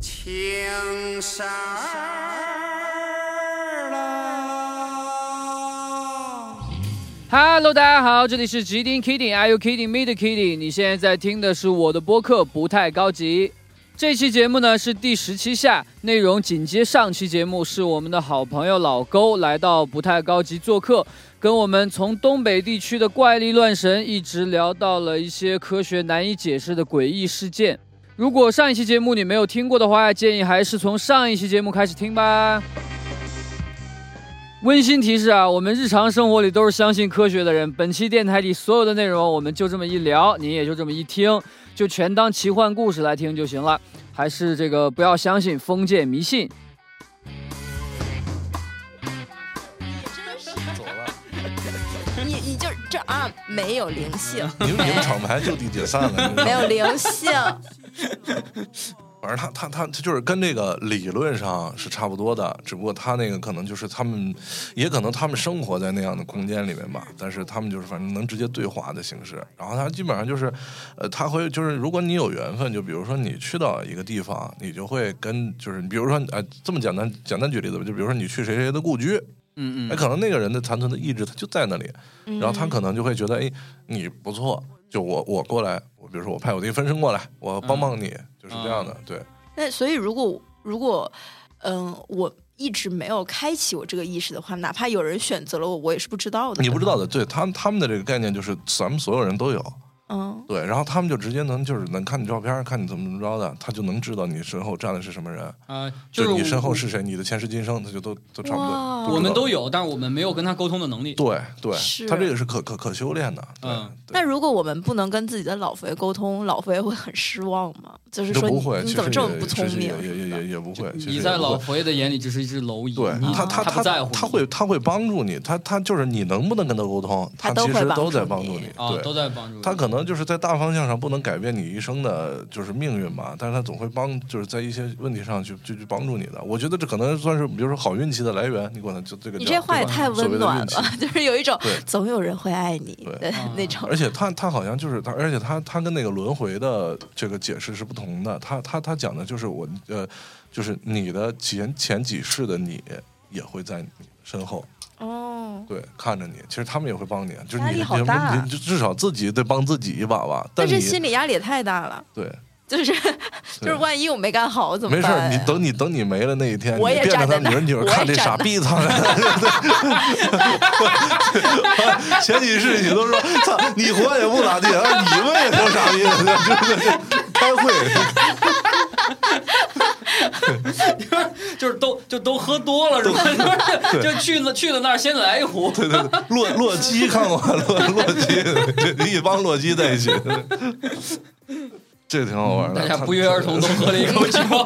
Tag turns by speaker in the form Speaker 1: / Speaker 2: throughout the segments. Speaker 1: 青山儿啦。
Speaker 2: Hello，大家好，这里是吉丁 Kitty，Are you kidding me 的 Kitty？你现在在听的是我的播客，不太高级。这期节目呢是第十期下，内容紧接上期节目，是我们的好朋友老勾来到不太高级做客，跟我们从东北地区的怪力乱神，一直聊到了一些科学难以解释的诡异事件。如果上一期节目你没有听过的话，建议还是从上一期节目开始听吧。温馨提示啊，我们日常生活里都是相信科学的人。本期电台里所有的内容，我们就这么一聊，你也就这么一听，就全当奇幻故事来听就行了。还是这个不要相信封建迷信。
Speaker 3: 你你就这啊，没有灵性，
Speaker 4: 你们你们厂牌就地解散了，你知道吗
Speaker 3: 没有灵性，
Speaker 4: 反正他他他他就是跟这个理论上是差不多的，只不过他那个可能就是他们，也可能他们生活在那样的空间里面吧，但是他们就是反正能直接对话的形式。然后他基本上就是，呃，他会就是如果你有缘分，就比如说你去到一个地方，你就会跟就是比如说呃这么简单简单举例子吧，就比如说你去谁谁的故居，
Speaker 2: 嗯
Speaker 4: 哎，
Speaker 2: 嗯，
Speaker 4: 可能那个人的残存的意志他就在那里，然后他可能就会觉得，哎，你不错，就我我过来，我比如说我派我的一个分身过来，我帮帮你，就是这样的，对，
Speaker 3: 那所以如果如果嗯、我一直没有开启我这个意识的话，哪怕有人选择了我，我也是不知道的。
Speaker 4: 你不知道的，对他他们的这个概念就是咱们所有人都有，
Speaker 3: 嗯，
Speaker 4: 对，然后他们就直接能就是能看你照片，看你怎么怎么着的，他就能知道你身后站的是什么人，
Speaker 2: 呃
Speaker 5: 啊、
Speaker 4: 就是你
Speaker 5: 我
Speaker 4: 身后是谁，你的前世今生，他就都都差不
Speaker 3: 哇
Speaker 4: 多，
Speaker 5: 我们都
Speaker 4: 有，
Speaker 5: 有，但是我们没有跟他沟通的能力。
Speaker 4: 对对
Speaker 3: 是，
Speaker 4: 他这个是可可可修炼的，对
Speaker 5: 嗯
Speaker 3: 那
Speaker 4: 对
Speaker 3: 如果我们不能跟自己的老佛爷沟通，老佛爷会很失望吗？就是
Speaker 4: 都
Speaker 3: 说
Speaker 4: 不
Speaker 3: 你
Speaker 4: 会，
Speaker 3: 你
Speaker 4: 其
Speaker 3: 怎么
Speaker 4: 实
Speaker 3: 这么
Speaker 4: 也
Speaker 3: 不聪
Speaker 4: 其实
Speaker 3: 明？
Speaker 4: 也也也也不会，其实
Speaker 5: 你
Speaker 4: 也
Speaker 5: 在
Speaker 4: 不
Speaker 5: 老
Speaker 4: 会
Speaker 5: 佛爷的眼里只是一只蝼蚁，
Speaker 4: 对
Speaker 3: 嗯
Speaker 5: 你
Speaker 4: 他，他
Speaker 5: 不在乎你，
Speaker 4: 他会他会帮助你，他他就是你能不能跟他沟通，
Speaker 3: 他
Speaker 4: 他
Speaker 3: 都
Speaker 4: 其
Speaker 3: 会
Speaker 4: 实
Speaker 3: 帮
Speaker 4: 都在
Speaker 3: 助
Speaker 4: 帮
Speaker 3: 你
Speaker 4: 助你。
Speaker 5: 啊，都
Speaker 4: 对，
Speaker 5: 在帮助你
Speaker 4: 他可能就是在大方向上不能改变你一生的就是命运吧，但是他总会帮，就是在一些问题上去去去帮助你的。我觉得这可能算是比如说好运气的来源，你管它就这个
Speaker 3: 你
Speaker 4: 叫
Speaker 3: 这话也
Speaker 4: 对吧
Speaker 3: 太
Speaker 4: 所谓
Speaker 3: 温
Speaker 4: 的
Speaker 3: 暖
Speaker 4: 运气
Speaker 3: 了， 就是有一种
Speaker 4: 对
Speaker 3: 总有人会爱你
Speaker 4: 对
Speaker 3: 的
Speaker 5: 啊
Speaker 3: 那种
Speaker 4: 而且他他好像就是他，而且他他跟那个轮回的这个解释是不同的。他他他讲的就是我呃，就是你的前前几世的你也会在你身后。
Speaker 3: 哦。
Speaker 4: 对，看着你，其实他们也会帮你，就是
Speaker 3: 压
Speaker 4: 你
Speaker 3: 力
Speaker 4: 你
Speaker 3: 好大啊
Speaker 4: 你就至少自己得帮自己一把吧。
Speaker 3: 但
Speaker 4: 但
Speaker 3: 这
Speaker 4: 你
Speaker 3: 心理压力也太大了，
Speaker 4: 对，
Speaker 3: 就是 就是万一我没干好怎么
Speaker 4: 没事
Speaker 3: 办
Speaker 4: 儿，
Speaker 3: 呀？
Speaker 4: 你等你等你没了那一天，你
Speaker 3: 我也
Speaker 4: 变着
Speaker 3: 站在
Speaker 4: 他，你说
Speaker 3: 那儿我
Speaker 4: 你说
Speaker 3: 也
Speaker 4: 看这
Speaker 3: 站
Speaker 4: 傻
Speaker 3: 在
Speaker 4: 逼他们， 前几世你都说操，你活也不咋地，啊你们也都傻逼， 就是开会，
Speaker 5: 就是都就都喝多了是吧？ 就是就去了去了那儿先来一壶，
Speaker 4: 对对对，洛洛基看过吗洛洛基，这一帮洛基在一起， 这挺好玩的，
Speaker 5: 大家
Speaker 4: 他
Speaker 5: 不约而同都喝了一口 酒。
Speaker 4: 这挺好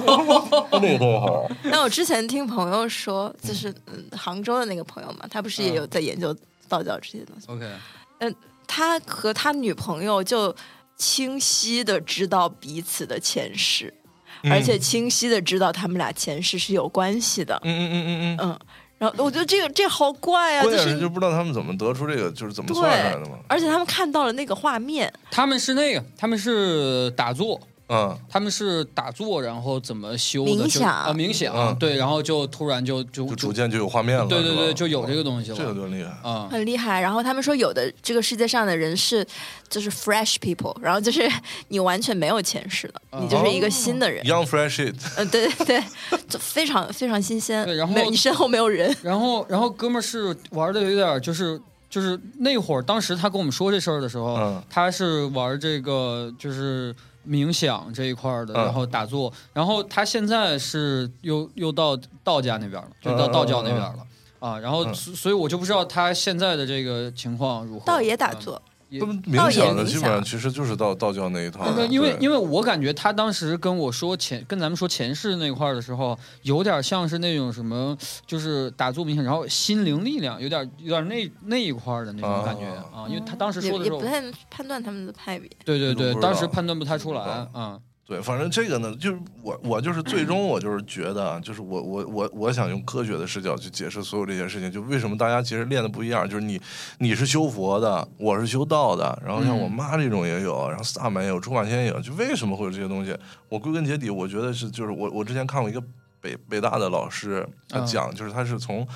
Speaker 4: 玩。
Speaker 3: 那我之前听朋友说，就是嗯，杭州的那个朋友嘛，他不是也
Speaker 4: 嗯
Speaker 3: 有在研究道教这些东西，
Speaker 5: OK，
Speaker 3: 他和他女朋友就清晰的知道彼此的前世，而且清晰的知道他们俩前世是有关系的，
Speaker 4: 嗯嗯嗯嗯嗯。
Speaker 3: 嗯，然后我觉得这个这好
Speaker 5: 哎
Speaker 3: 怪啊，
Speaker 4: 关
Speaker 3: 就
Speaker 4: 键是
Speaker 3: 是
Speaker 4: 就不知道他们怎么得出这个，就是怎么
Speaker 3: 对
Speaker 4: 算出来的嘛。，嗯
Speaker 3: 而且他们看到了那个画面，
Speaker 5: 他们是那个，他们是打坐，
Speaker 4: 嗯，
Speaker 5: 他们是打坐，然后怎么修的？
Speaker 3: 冥
Speaker 5: 就
Speaker 3: 想
Speaker 5: 啊，冥想，
Speaker 4: 嗯
Speaker 5: 对，然后就突然就就
Speaker 4: 就逐渐就有画面了。
Speaker 5: 对对
Speaker 4: 是吧哦
Speaker 5: 对，就有这个东西
Speaker 4: 这个
Speaker 5: 了
Speaker 4: 多厉害！
Speaker 5: 啊。
Speaker 3: 很厉害。然后他们说，有的这个世界上的人是就是 fresh people，然后就是你完全没有前世的，你就是
Speaker 4: 哦
Speaker 3: 一个新的人。
Speaker 4: Young fresh it，
Speaker 3: 嗯，对对对，就非常非常新鲜。
Speaker 5: 对然后
Speaker 3: 没有你身后没有人，
Speaker 5: 然后，然后哥们儿是玩的有点儿就是就是那会儿，当时他跟我们说这事儿的时候，
Speaker 4: 嗯
Speaker 5: 他是玩这个就是冥想这一块儿的，
Speaker 4: 嗯
Speaker 5: 然后打坐，然后他现在是又又到道家那边了，就到
Speaker 4: 嗯嗯
Speaker 5: 道教那边了。啊，然后
Speaker 4: 嗯
Speaker 5: 所所以我就不知道他现在的这个情况如何。
Speaker 3: 道也打坐，
Speaker 5: 嗯，也
Speaker 4: 他们冥想
Speaker 3: 倒也
Speaker 4: 的
Speaker 3: 冥想
Speaker 4: 基本上其实就是道道教那一套
Speaker 5: 那
Speaker 4: 的。
Speaker 5: 因为因
Speaker 4: 为
Speaker 5: 为我感觉他当时跟我说前跟咱们说前世那块儿的时候，有点像是那种什么，就是打坐冥想，然后心灵力量，有点有点那那一块儿的那种感觉啊
Speaker 4: 啊
Speaker 5: 因为他当时
Speaker 3: 也
Speaker 5: 说的
Speaker 3: 也
Speaker 5: 时候
Speaker 3: 不，太能判断他们的派别。
Speaker 5: 对对
Speaker 4: 这
Speaker 5: 对
Speaker 4: 种不，知道
Speaker 5: 当时判断不太出来啊、
Speaker 4: 对，反正这个呢，就是我我就是最终我就是觉得啊，就是我我我我想用科学的视角去解释所有这些事情，就为什么大家其实练的不一样，就是你你是修佛的，我是修道的，然后像我妈这种也有，然后萨满也有，出马仙也有，就为什么会有这些东西？我归根结底，我觉得是就是我我之前看过一个北北大的老师他
Speaker 5: 嗯
Speaker 4: 讲，就是他是从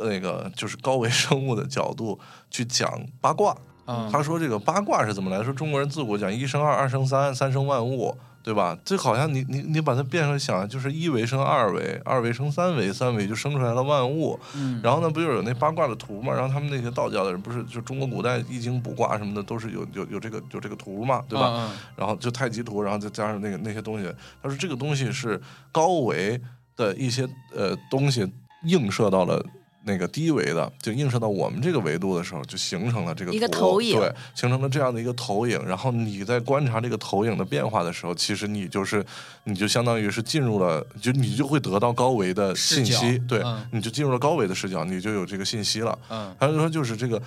Speaker 4: 那个就是高维生物的角度去讲八卦，
Speaker 5: 啊，
Speaker 4: 他说这个八卦是怎么来说？中国人自古讲一生二，二生三，三生万物，对吧？这好像你你你把它变成想，就是一维生二维，二维生三维，三维就生出来了万物。
Speaker 5: 嗯，
Speaker 4: 然后呢，不就是有那八卦的图嘛？然后他们那些道教的人不是就中国古代易经卜卦什么的都是有有有这个有这个图嘛，对吧？
Speaker 5: 啊？
Speaker 4: 然后就太极图，然后再加上那个那些东西。他说这个东西是高维的一些呃东西映射到了。那个低维的，就映射到我们这个维度的时候，就形成了这个
Speaker 3: 一个
Speaker 4: 图
Speaker 3: 投影
Speaker 4: 对，形成了这样的一个投影。然后你在观察这个投影的变化的时候，其实你就是，你就相当于是进入了，就你就会得到高维的
Speaker 5: 视
Speaker 4: 信
Speaker 5: 角
Speaker 4: 息，对，
Speaker 5: 嗯
Speaker 4: 你就进入了高维的视角，你就有这个信息了。
Speaker 5: 嗯
Speaker 4: 他就说就是这个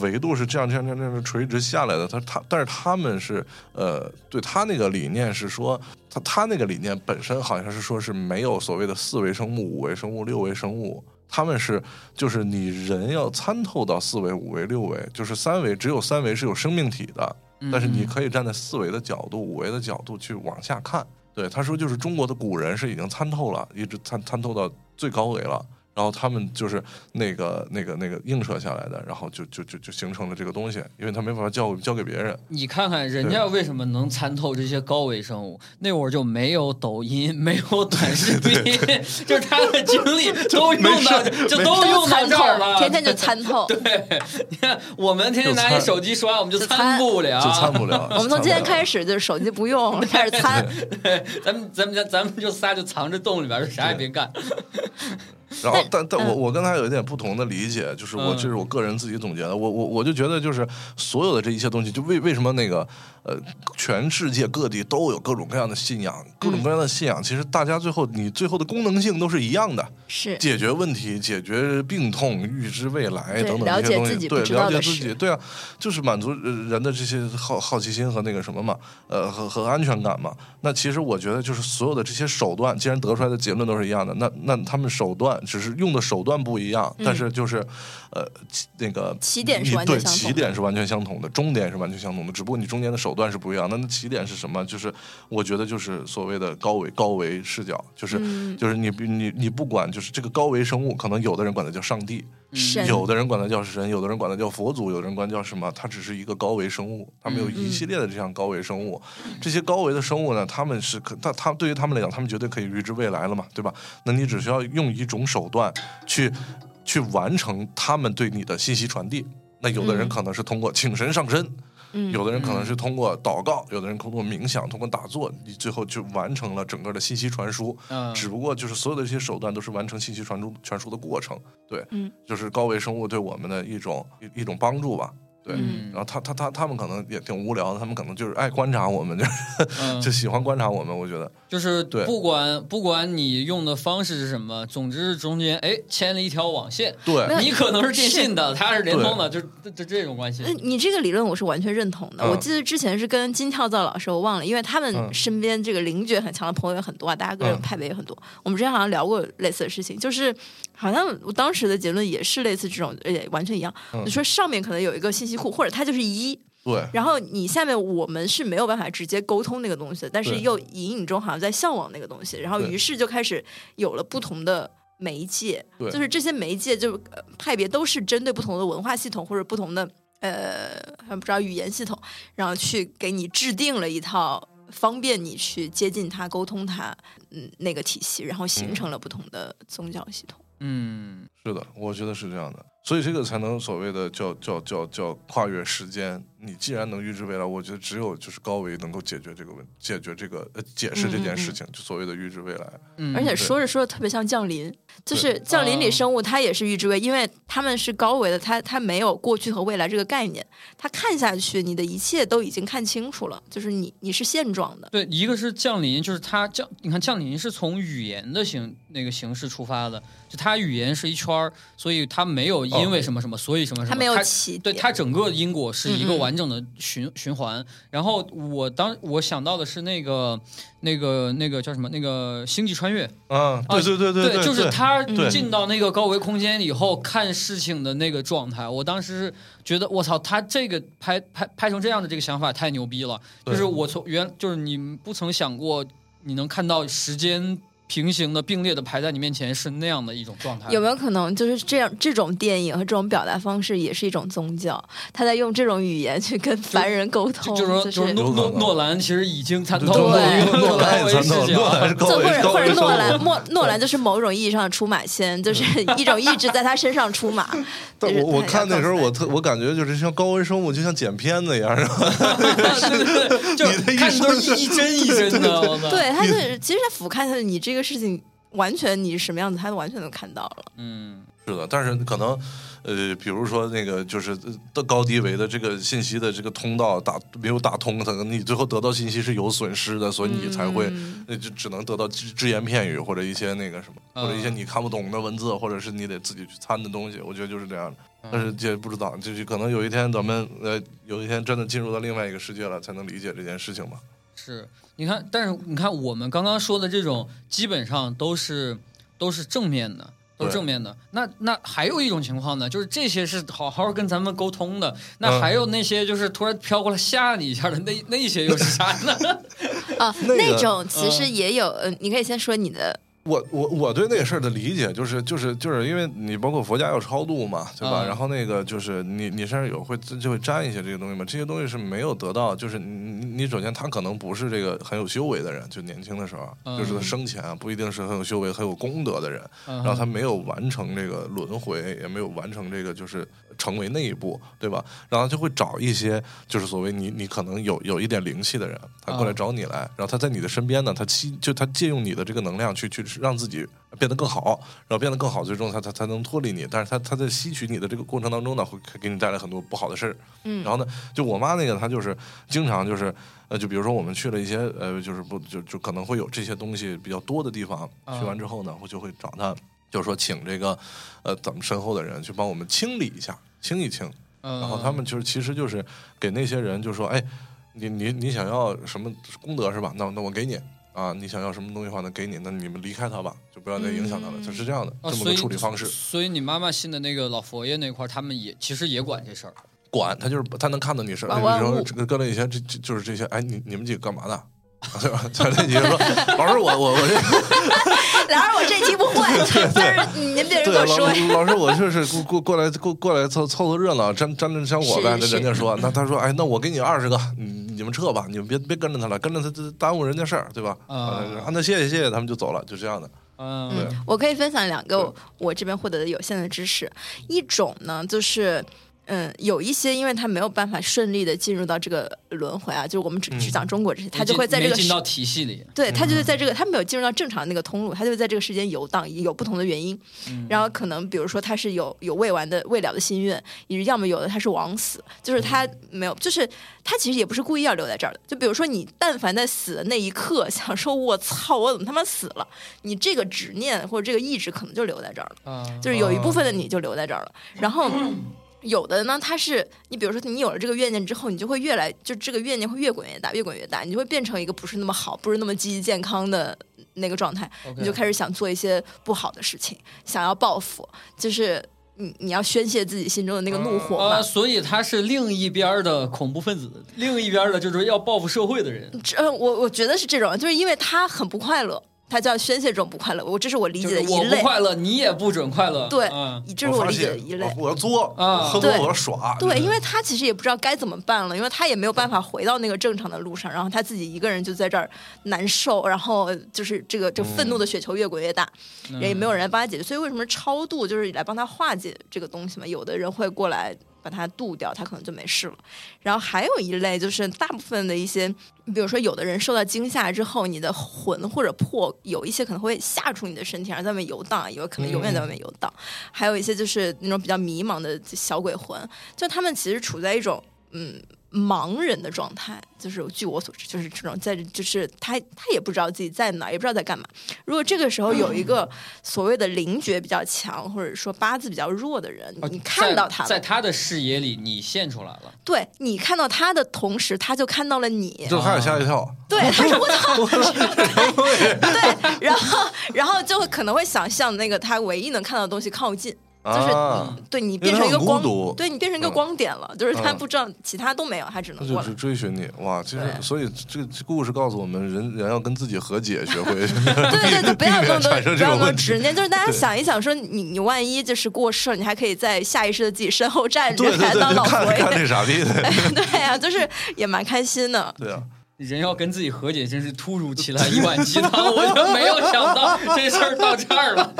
Speaker 4: 维度是这样这样这样这样垂直下来的，他他但是他们是呃，对他那个理念是说，他他那个理念本身好像是说是没有所谓的四维生物、五维生物、六维生物。他们是，就是你人要参透到四维、五维、六维，就是三维，只有三维是有生命体的，
Speaker 5: 嗯，
Speaker 4: 但是你可以站在四维的角度、五维的角度去往下看。对，他说就是中国的古人是已经参透了，一直参参透到最高维了。然后他们就是那个那个那个映射下来的，然后就就就就形成了这个东西，因为他没办法交交给别人。
Speaker 5: 你看看人家为什么能参透这些高维生物，那会儿就没有抖音，没有短视频， 就是他的精力都用到，就都用到
Speaker 3: 参
Speaker 5: 哦这儿了。
Speaker 3: 透，天天就参透。
Speaker 5: 对，你看 我们天天拿
Speaker 4: 就
Speaker 5: 你
Speaker 4: 参
Speaker 5: 手机刷，我们就
Speaker 3: 就
Speaker 5: 参
Speaker 3: 参
Speaker 5: 不了，
Speaker 4: 就参不了。
Speaker 3: 啊 我们从今天开
Speaker 4: 始，
Speaker 3: 始就是手机不用，开始参。
Speaker 5: 咱们咱们咱咱们就仨就藏着洞里边，就啥也别干。
Speaker 4: 然后但但
Speaker 3: 嗯
Speaker 4: 我我跟他有一点不同的理解，就是我
Speaker 5: 嗯
Speaker 4: 这是我个人自己总结的，我我我就觉得就是所有的这一切东西，就为为什么那个呃，全世界各地都有各种各样的信仰，各
Speaker 3: 嗯
Speaker 4: 种各样的信仰，其实大家最后你最后的功能性都是一样的，
Speaker 3: 是，
Speaker 4: 解决问题、解决病痛、预知未来
Speaker 3: 对
Speaker 4: 等等
Speaker 3: 了
Speaker 4: 这些
Speaker 3: 解
Speaker 4: 东
Speaker 3: 自
Speaker 4: 西，
Speaker 3: 己
Speaker 4: 对，
Speaker 3: 不知
Speaker 4: 了
Speaker 3: 道
Speaker 4: 解
Speaker 3: 的
Speaker 4: 自
Speaker 3: 事
Speaker 4: 己，对啊，就是满足呃人的这些好好奇心和那个什么嘛，呃，和和安全感嘛。那其实我觉得，就是所有的这些手段，既然得出来的结论都是一样的，那那他们手段只是用的手段不一样，但是就是呃起那个
Speaker 3: 嗯起点是
Speaker 4: 你
Speaker 3: 完
Speaker 4: 对
Speaker 3: 全相
Speaker 4: 起
Speaker 3: 同的
Speaker 4: 点是完全相同的，终点是完全相同的，只不过你中间的手段是不一样的。那那起点是什么？就是我觉得就是所谓的高维高维视角，就是、
Speaker 3: 嗯
Speaker 4: 就是你你你不管就是这个高维生物，可能有的人管它叫上帝，
Speaker 3: 神
Speaker 4: 有的人管它叫神，有的人管它叫佛祖，有的人管它叫什么？它只是一个高维生物，他们有
Speaker 3: 嗯
Speaker 4: 一系列的这样高维生物。这些高维的生物呢，他们是可，他他对于他们来讲，他们绝对可以预知未来了嘛，对吧？那你只需要用一种手段去去完成他们对你的信息传递。那有的人
Speaker 3: 嗯
Speaker 4: 可能是通过请神上身，
Speaker 3: 嗯
Speaker 4: 有的人可能是通过祷告，有的人通过冥想，通过打坐，你最后就完成了整个的信息传输。
Speaker 5: 嗯，
Speaker 4: 只不过就是所有的这些手段都是完成信息传输传输的过程，对，
Speaker 3: 嗯
Speaker 4: 就是高维生物对我们的一种一一种帮助吧，对。
Speaker 5: 嗯
Speaker 4: 然后他他他他们可能也挺无聊的，他们可能就是爱观察我们，就是、
Speaker 5: 嗯
Speaker 4: 就喜欢观察我们。我觉得
Speaker 5: 就是
Speaker 4: 对
Speaker 5: 不管不管你用的方式是什么，总之是中间哎牵了一条网线，
Speaker 4: 对，
Speaker 5: 你可能是电信的，他是联通的，就就就这种关系
Speaker 3: 那。你这个理论我是完全认同的。
Speaker 4: 嗯
Speaker 3: 我记得之前是跟金跳蚤老师，我忘了，因为他
Speaker 4: 嗯
Speaker 3: 们身边这个灵觉很强的朋友也很多啊，大家个人
Speaker 4: 嗯
Speaker 3: 派别也很多。我们之前好像聊过类似的事情，就是好像我当时的结论也是类似这种，呃也完全一样。
Speaker 4: 嗯
Speaker 3: 你说上面可能有一个信息库，或者它就是一，
Speaker 4: 对，
Speaker 3: 然后你下面我们是没有办法直接沟通那个东西的，但是
Speaker 4: 对
Speaker 3: 又隐隐中好像在向往那个东西，然后
Speaker 4: 对
Speaker 3: 于是就开始有了不同的媒介，
Speaker 4: 对
Speaker 3: 就是这些媒介就、呃派别都是针对不同的文化系统或者不同的呃还不知道语言系统，然后去给你制定了一套。方便你去接近它、沟通它，嗯，那个体系，然后
Speaker 4: 嗯
Speaker 3: 形成了不同的宗教系统。
Speaker 5: 嗯，
Speaker 4: 是的，我觉得是这样的。所以这个才能所谓的叫叫叫叫跨越时间。你既然能预知未来，我觉得只有就是高维能够解决这个问，解决这个呃解释这件事情，就所谓的预知未来。
Speaker 5: 嗯
Speaker 3: 而且说着说着特别像降临，就是降临
Speaker 5: 啊
Speaker 3: 里生物它也是预知位，因为他们是高维的，它它没有过去和未来这个概念，它看下去你的一切都已经看清楚了，就是你你是现状的，
Speaker 5: 对，一个是降临，就是它降，你看降临是从语言的形那个形式出发的，就它语言是一圈儿，所以它没有一因
Speaker 4: 哦
Speaker 5: 为什么什么，所以什么什么，
Speaker 3: 他没有起
Speaker 5: 对
Speaker 3: 点
Speaker 5: 嗯它整个因果是一个
Speaker 3: 嗯嗯
Speaker 5: 完整的循循环。然后我当我想到的是那个那个那个叫什么那个星际穿越，
Speaker 4: 嗯，对对对对，
Speaker 5: 哦就是他
Speaker 4: 对
Speaker 5: 进到那个高维空间以后看事情的那个状态。我当时是觉得我操，他这个拍拍拍成这样的这个想法太牛逼了，
Speaker 4: 对
Speaker 5: 就是我从原就是你不曾想过你能看到时间。平行的并列的排在你面前是那样的一种状态，
Speaker 3: 有没有可能就是这样？这种电影和这种表达方式也是一种宗教，他在用这种语言去跟凡人沟
Speaker 5: 就
Speaker 3: 通，
Speaker 5: 就是说，就是
Speaker 3: 是
Speaker 5: 诺
Speaker 4: 有可
Speaker 5: 诺
Speaker 4: 能
Speaker 5: 诺兰其实已经参透
Speaker 4: 对
Speaker 5: 了
Speaker 3: 对
Speaker 5: 一个
Speaker 4: 诺兰
Speaker 5: 兰
Speaker 4: 也
Speaker 5: 维
Speaker 4: 参
Speaker 5: 视
Speaker 4: 透了
Speaker 5: 角，
Speaker 4: 诺兰是高
Speaker 3: 这
Speaker 4: 维
Speaker 3: 或者
Speaker 4: 高
Speaker 3: 或
Speaker 4: 维
Speaker 3: 者
Speaker 4: 生
Speaker 3: 诺
Speaker 4: 物
Speaker 3: 兰诺诺兰就是某种意义上的出马仙，就是
Speaker 5: 嗯
Speaker 3: 一种意志在他身上 出马。
Speaker 4: 但
Speaker 3: 就是
Speaker 4: 我我
Speaker 3: 他
Speaker 4: 看那时候，
Speaker 3: 要
Speaker 4: 我
Speaker 3: 告诉
Speaker 4: 特我感觉就是像高维生物，就像剪片子一样，是吧？
Speaker 5: 对对 对，就
Speaker 4: 你的
Speaker 5: 是
Speaker 4: 意
Speaker 5: 看
Speaker 4: 思
Speaker 5: 都是
Speaker 4: 是
Speaker 5: 一针一针的，我操
Speaker 3: 他，对，他是其实他俯瞰他，你这个事情完全你是什么样子，他完全能看到了。
Speaker 5: 嗯，
Speaker 4: 是的，但是可能，呃，比如说那个就是呃的高低维的这个信息的这个通道打没有打通，可能你最后得到信息是有损失的，所以你才会，
Speaker 3: 嗯
Speaker 4: 呃，就只能得到只只言片语或者一些那个什么，或者一些你看不懂的文字，或者是你得自己去参的东西。我觉得就是这样的，但是这不知道，就是可能有一天咱们呃有一天真的进入到另外一个世界了，才能理解这件事情吧。
Speaker 5: 是，你看，但是你看我们刚刚说的这种，基本上都是都是正面的。都是
Speaker 4: 对
Speaker 5: 正面的，那那还有一种情况呢，就是这些是好好跟咱们沟通的，那
Speaker 4: 嗯
Speaker 5: 还有那些就是突然飘过来吓你一下的，那那些又是啥呢？
Speaker 3: 啊，
Speaker 4: 那个
Speaker 3: 那种其实也有，嗯，你可以先说你 的，
Speaker 4: 我我我对那个事儿的理解就是就是就是因为你包括佛家有超度嘛，对吧？
Speaker 5: 嗯
Speaker 4: 然后那个就是你你身上有会就会沾一些这个东西嘛，这些东西是没有得到，就是你你你首先他可能不是这个很有修为的人，就年轻的时候，
Speaker 5: 嗯
Speaker 4: 就是他生前啊不一定是很有修为、很有功德的人，
Speaker 5: 然
Speaker 4: 嗯 然后他没有完成这个轮回，也没有完成这个就是成为那一步，对吧？然后就会找一些就是所谓你你可能有有一点灵气的人，他过来
Speaker 5: 啊
Speaker 4: 找你来，然后他在你的身边呢，他吸就他借用你的这个能量去去让自己变得更好，然后变得更好，最终他他才能脱离你。但是他他在吸取你的这个过程当中呢，会给你带来很多不好的事儿。
Speaker 3: 嗯
Speaker 4: 然后呢，就我妈那个，她就是经常就是呃，就比如说我们去了一些呃，就是不就就可能会有这些东西比较多的地方，
Speaker 5: 啊
Speaker 4: 去完之后呢，我就会找她，就是说请这个呃咱们身后的人去帮我们清理一下，清一清。然
Speaker 5: 然
Speaker 4: 后他们
Speaker 5: 嗯
Speaker 4: 就是其实就是给那些人就说，哎，你你你想要什么功德是吧？那那我给你。啊，你想要什么东西的话，那给你，那你们离开他吧，就不要再影响他了，
Speaker 3: 嗯
Speaker 4: 就是这样的、
Speaker 5: 哦
Speaker 4: 这么
Speaker 5: 所
Speaker 4: 个
Speaker 5: 以
Speaker 4: 处理方式。
Speaker 5: 所以你妈妈信的那个老佛爷那块儿，他们也其实也管这事儿。
Speaker 4: 管他就是他能看到你是，
Speaker 3: 玩
Speaker 4: 哎
Speaker 3: 玩
Speaker 4: 你说
Speaker 3: 物
Speaker 4: 这个跟了一些这这就是这些，哎，你你们几个干嘛的？ 对吧？对，你就说老师我我我 这
Speaker 3: 啊然而我这题 不会，但是您别人跟
Speaker 4: 对
Speaker 3: 我
Speaker 4: 老
Speaker 3: 说呀，
Speaker 4: 老师我就是过过过来过过来凑凑凑热闹，沾沾沾香火呗。那
Speaker 3: 是是
Speaker 4: 人家说，那他说，哎，那我给你二十个，你你们撤吧，你们别别跟着他了，跟着他就耽误人家事儿，对吧？
Speaker 5: 啊
Speaker 4: 啊，那谢谢谢谢，他们就走了，就这样的。
Speaker 5: 嗯
Speaker 3: 嗯
Speaker 4: 对，
Speaker 3: 我可以分享两个
Speaker 4: 对
Speaker 3: 我我这边获得的有限的知识。一种呢，就是嗯，有一些因为他没有办法顺利的进入到这个轮回啊，就是我们只
Speaker 4: 嗯
Speaker 3: 只讲中国这些，他就会在这
Speaker 5: 没
Speaker 3: 个
Speaker 5: 进
Speaker 3: 时
Speaker 5: 到体系里。
Speaker 3: 对他就会在这个他没有进入到正常的那个通路，他就会在这个时间游荡，有不同的原因。
Speaker 5: 嗯
Speaker 3: 然后可能比如说他是有有未完的未了的心愿，也要么有的他是枉死，就是他没有，就是他其实也不是故意要留在这儿的。就比如说你但凡在死的那一刻想说我操我怎么他妈死了，你这个执念或者这个意志可能就留在这儿了，
Speaker 5: 啊，
Speaker 3: 就是有一部分的你就留在这儿了，然后。有的呢，它是你，比如说你有了这个怨念之后，你就会越来，就这个怨念会越滚越大，越滚越大，你就会变成一个不是那么好，不是那么积极健康的那个状态。
Speaker 5: OK
Speaker 3: 你就开始想做一些不好的事情，想要报复，就是你你要宣泄自己心中的那个怒火嘛
Speaker 5: 啊，。所以他是另一边儿的恐怖分子，另一边儿的就是要报复社会的人，
Speaker 3: 这呃我我觉得是这种，就是因为他很不快乐，他就要宣泄这种不快乐。我这是我理
Speaker 5: 就
Speaker 3: 解
Speaker 5: 是
Speaker 3: 的一
Speaker 5: 我不
Speaker 3: 类，
Speaker 5: 快乐，你也不准快乐。
Speaker 3: 对
Speaker 5: 嗯，
Speaker 3: 这是
Speaker 4: 我发
Speaker 3: 理解的
Speaker 4: 泄
Speaker 3: 一类。
Speaker 4: 我我要作，
Speaker 5: 啊
Speaker 4: 我喝多
Speaker 3: 对
Speaker 4: 我要耍，
Speaker 3: 对，因为他其实也不知道该怎么办了，因为他也没有办法回到那个正常的路上，然后他自己一个人就在这儿难受，然后就是这个这愤怒的雪球越滚越大，
Speaker 5: 嗯
Speaker 3: 也没有人帮他解决。所以为什么超度就是来帮他化解这个东西嘛？有的人会过来把它渡掉，他可能就没事了。然后还有一类就是大部分的一些，比如说有的人受到惊吓之后，你的魂或者魄有一些可能会吓出你的身体，然后在外面游荡，有可能永远在外面游荡。还有一些就是那种比较迷茫的小鬼魂，就他们其实处在一种嗯盲人的状态，就是据我所知，就是这种在就是他他也不知道自己在哪儿，也不知道在干嘛。如果这个时候有一 个所谓的灵觉比较强，或者说八字比较弱的人，
Speaker 5: 哦
Speaker 3: 你看到他
Speaker 5: 在在
Speaker 3: 了，
Speaker 5: 他的视野里，你现出来了。
Speaker 3: 对你看到他的同时，他就看到了你，
Speaker 4: 就
Speaker 5: 啊
Speaker 4: 他也吓一跳，
Speaker 3: 对，他说我操， 对，然后然后就可能会想向那个他唯一能看到的东西靠近。就是
Speaker 4: 啊，
Speaker 3: 对你
Speaker 4: 为
Speaker 3: 变
Speaker 4: 他
Speaker 3: 成一个
Speaker 4: 很孤
Speaker 3: 光
Speaker 4: 独，
Speaker 3: 对你变成一个
Speaker 4: 嗯
Speaker 3: 光点了，就是他
Speaker 4: 嗯
Speaker 3: 不知道其他都没有，他只
Speaker 4: 他
Speaker 3: 能
Speaker 4: 就
Speaker 3: 过来
Speaker 4: 是。追寻你哇！其实，
Speaker 3: 对
Speaker 4: 所以这这故事告诉我们，人人要跟自己和解，学会
Speaker 3: 对对对，不要那
Speaker 4: 避免
Speaker 3: 么多，
Speaker 4: 产生
Speaker 3: 不
Speaker 4: 这
Speaker 3: 要那么
Speaker 4: 种
Speaker 3: 多
Speaker 4: 问题
Speaker 3: 执。念。就是大家
Speaker 4: 对
Speaker 3: 想一想，说你你万一就是过世了，你还可以在下意识的自己身后站着
Speaker 4: 对，对
Speaker 3: 还当
Speaker 4: 对，就
Speaker 3: 老
Speaker 4: 看
Speaker 3: 佛
Speaker 4: 看
Speaker 3: 爷。
Speaker 4: 这傻逼的，
Speaker 3: 对呀、就是也蛮开心的。
Speaker 4: 对啊，
Speaker 5: 人要跟自己和解，真是突如其来一碗鸡汤，我就没有想到这事儿到这儿了。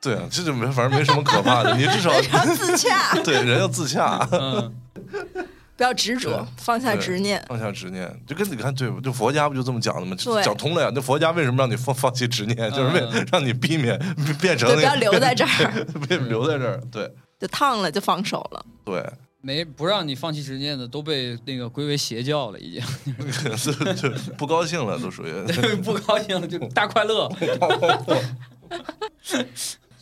Speaker 4: 对啊，这就没反正没什么可怕的，你至少
Speaker 3: 然后
Speaker 4: 嗯
Speaker 3: 自洽，
Speaker 4: 对人要自洽，
Speaker 5: 嗯，
Speaker 3: 不要执着
Speaker 4: 对，
Speaker 3: 放下
Speaker 4: 对
Speaker 3: 执念。
Speaker 4: 放下执念，就跟你看对，就佛家不就这么讲的吗？就
Speaker 3: 对
Speaker 4: 讲通了呀。那佛家为什么让你放放弃执念，就是为
Speaker 5: 嗯
Speaker 4: 让你避免变成
Speaker 3: 对，不
Speaker 4: 那个
Speaker 3: 要留在这儿，
Speaker 4: 别留在这儿，对
Speaker 3: 就烫了就放手了。
Speaker 4: 对
Speaker 5: 没不让你放弃执念的都被那个归为邪教了，已经
Speaker 4: 对对，不高兴了都属于。
Speaker 5: 不高兴了就大快乐。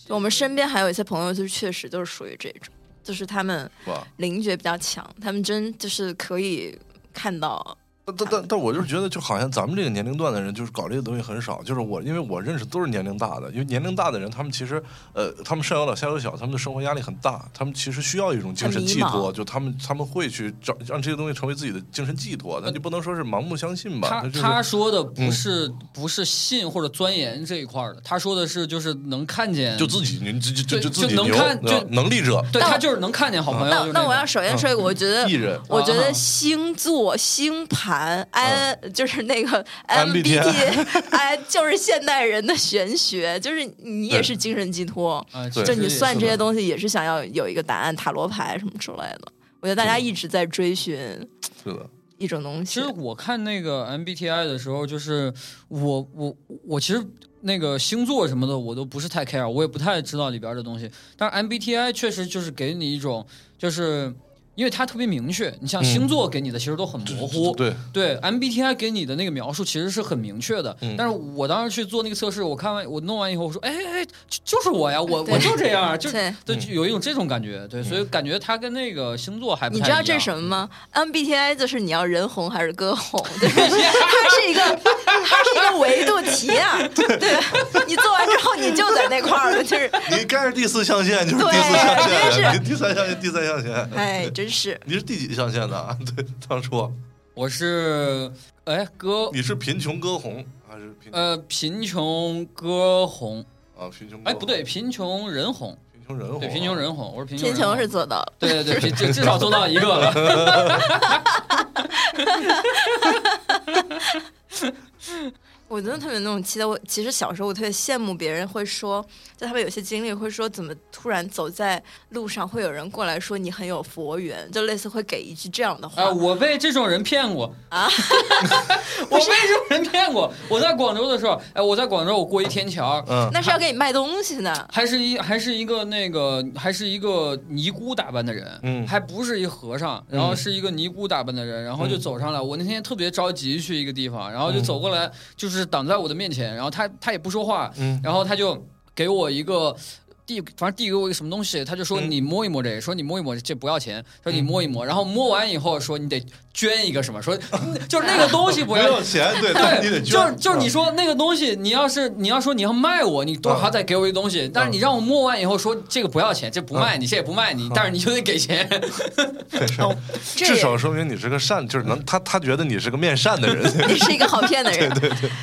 Speaker 3: 就我们身边还有一些朋友，就确实就是属于这种，就是他们
Speaker 4: 吧，
Speaker 3: 灵觉比较强，他们真就是可以看到，
Speaker 4: 但但但但我就是觉得，就好像咱们这个年龄段的人，就是搞这个东西很少。就是我，因为我认识都是年龄大的，因为年龄大的人，他们其实呃，他们上有老下有小，他们的生活压力很大，他们其实需要一种精神寄
Speaker 3: 很迷
Speaker 4: 托，
Speaker 3: 茫
Speaker 4: 就他们他们会去找让这些东西成为自己的精神寄托，但你不能说是盲目相信吧？
Speaker 5: 他
Speaker 4: 就是嗯
Speaker 5: 他说的不是、不是信或者钻研这一块儿的，他说的是就是能看见，
Speaker 4: 就自己，你就就就
Speaker 5: 对
Speaker 4: 就自己
Speaker 5: 就能
Speaker 4: 牛，
Speaker 5: 看
Speaker 4: 对吧
Speaker 5: 就
Speaker 4: 能力者，
Speaker 5: 对
Speaker 3: 但
Speaker 5: 他就是能看见好朋友。
Speaker 3: 那
Speaker 5: 就是
Speaker 3: 那
Speaker 5: 种
Speaker 3: 我要首先说一个，我觉得
Speaker 4: 艺人
Speaker 3: 我觉
Speaker 5: 啊嗯
Speaker 3: 得星座、星盘、安就是那 个
Speaker 4: MBTI
Speaker 3: MBTI，就是哎现代人的玄学，就是你也是精神寄托，
Speaker 5: 啊，
Speaker 4: 对
Speaker 5: 其
Speaker 3: 就
Speaker 5: 实
Speaker 3: 你
Speaker 5: 也
Speaker 3: 算
Speaker 5: 是
Speaker 3: 这
Speaker 5: 的
Speaker 3: 些东西也是想要有一个答案，塔罗牌什么之类的。我觉得大家一直在追寻
Speaker 4: 是的，
Speaker 3: 一种东
Speaker 5: 其
Speaker 3: 西
Speaker 5: 实，我看那个 MBTI 的时候，就是我我我其实那个星座什么的，我都不是太 care，我也不太知道里边的东西。但是 MBTI 确实就是给你一种，就是因为它特别明确。你像
Speaker 4: 嗯
Speaker 5: 星座给你的其实都很模糊，
Speaker 4: 对，
Speaker 5: 对 MBTI 给你的那个描述其实是很明确的，
Speaker 4: 嗯
Speaker 5: 但是我当时去做那个测试，我看完我弄完以后，我说，哎哎，哎就就是我呀，我
Speaker 3: 对
Speaker 5: 我就这样，啊就
Speaker 3: 对
Speaker 5: 对，
Speaker 4: 嗯
Speaker 5: 就有一种这种感觉，对，所以感觉它跟那个星座还不
Speaker 3: 你
Speaker 5: 太
Speaker 3: 知道
Speaker 5: 一
Speaker 3: 这是
Speaker 5: 样嗯
Speaker 3: 什么吗？MBTI 就是你要人红还是歌红， 就是它是一个它是一个维度题啊， 对吧？你做完之后你就在那块儿了，就是
Speaker 4: 你该是第四象限就是
Speaker 3: 对
Speaker 4: 第四象限
Speaker 3: 真
Speaker 4: 了，
Speaker 3: 是
Speaker 4: 你第三象限第三象限，
Speaker 3: 哎，真是。
Speaker 4: 你是第几象限的啊？ 对，当初
Speaker 5: 我是哎歌
Speaker 4: 你是贫穷歌红还是贫
Speaker 5: 呃贫穷歌红，
Speaker 4: 啊贫穷？
Speaker 5: 哎不对，，贫穷人红，
Speaker 4: 贫穷人红啊，
Speaker 5: 对贫穷人红，我是贫
Speaker 3: 贫
Speaker 5: 人红
Speaker 3: 穷是做到了，
Speaker 5: 对对对， 贫至至少做到一个了。
Speaker 3: 我真的特别那种期待。我其实小时候我特别羡慕别人会说，就他们有些经历会说，怎么突然走在路上会有人过来说你很有佛缘，就类似会给一句这样的话。
Speaker 5: 哎，我被这种人骗过
Speaker 3: 啊！
Speaker 5: 我被这种人骗过。我在广州的时候，哎，我在广州，我过一天桥，
Speaker 4: 嗯，
Speaker 3: 那是要给你卖东西呢，
Speaker 5: 还是一还是一个那个还是一个尼姑打扮的人，
Speaker 4: 嗯
Speaker 5: 还不是一和尚，然后是一个尼姑打扮的人，然后
Speaker 4: 嗯
Speaker 5: 就走上来。我那天特别着急去一个地方，然后就走过来，就是挡在我的面前，然后他他也不说话，
Speaker 4: 嗯
Speaker 5: 然后他就给我一个。递，反正递给我一个什么东西，他就说
Speaker 4: 嗯
Speaker 5: 你摸一摸这个，说你摸一摸这不要钱，说你
Speaker 4: 嗯
Speaker 5: 摸一摸，然后摸完以后说你得捐一个什么， 说就是那个东西不
Speaker 4: 没
Speaker 5: 要
Speaker 4: 有钱，对，但
Speaker 5: 对，
Speaker 4: 是你得捐，
Speaker 5: 就是就是你
Speaker 4: 啊
Speaker 5: 说那个东西，你要是你要说你要卖我，你多少
Speaker 4: 嗯嗯
Speaker 5: 再给我一东西，但是你让我摸完以后说这个不要钱，这不卖你，这也不卖你，但是你就得给钱。
Speaker 3: 这
Speaker 4: 至少
Speaker 3: 也
Speaker 4: 说明你是个善，就是能他他觉得你是个面善的人，
Speaker 3: 你是一个好骗的人。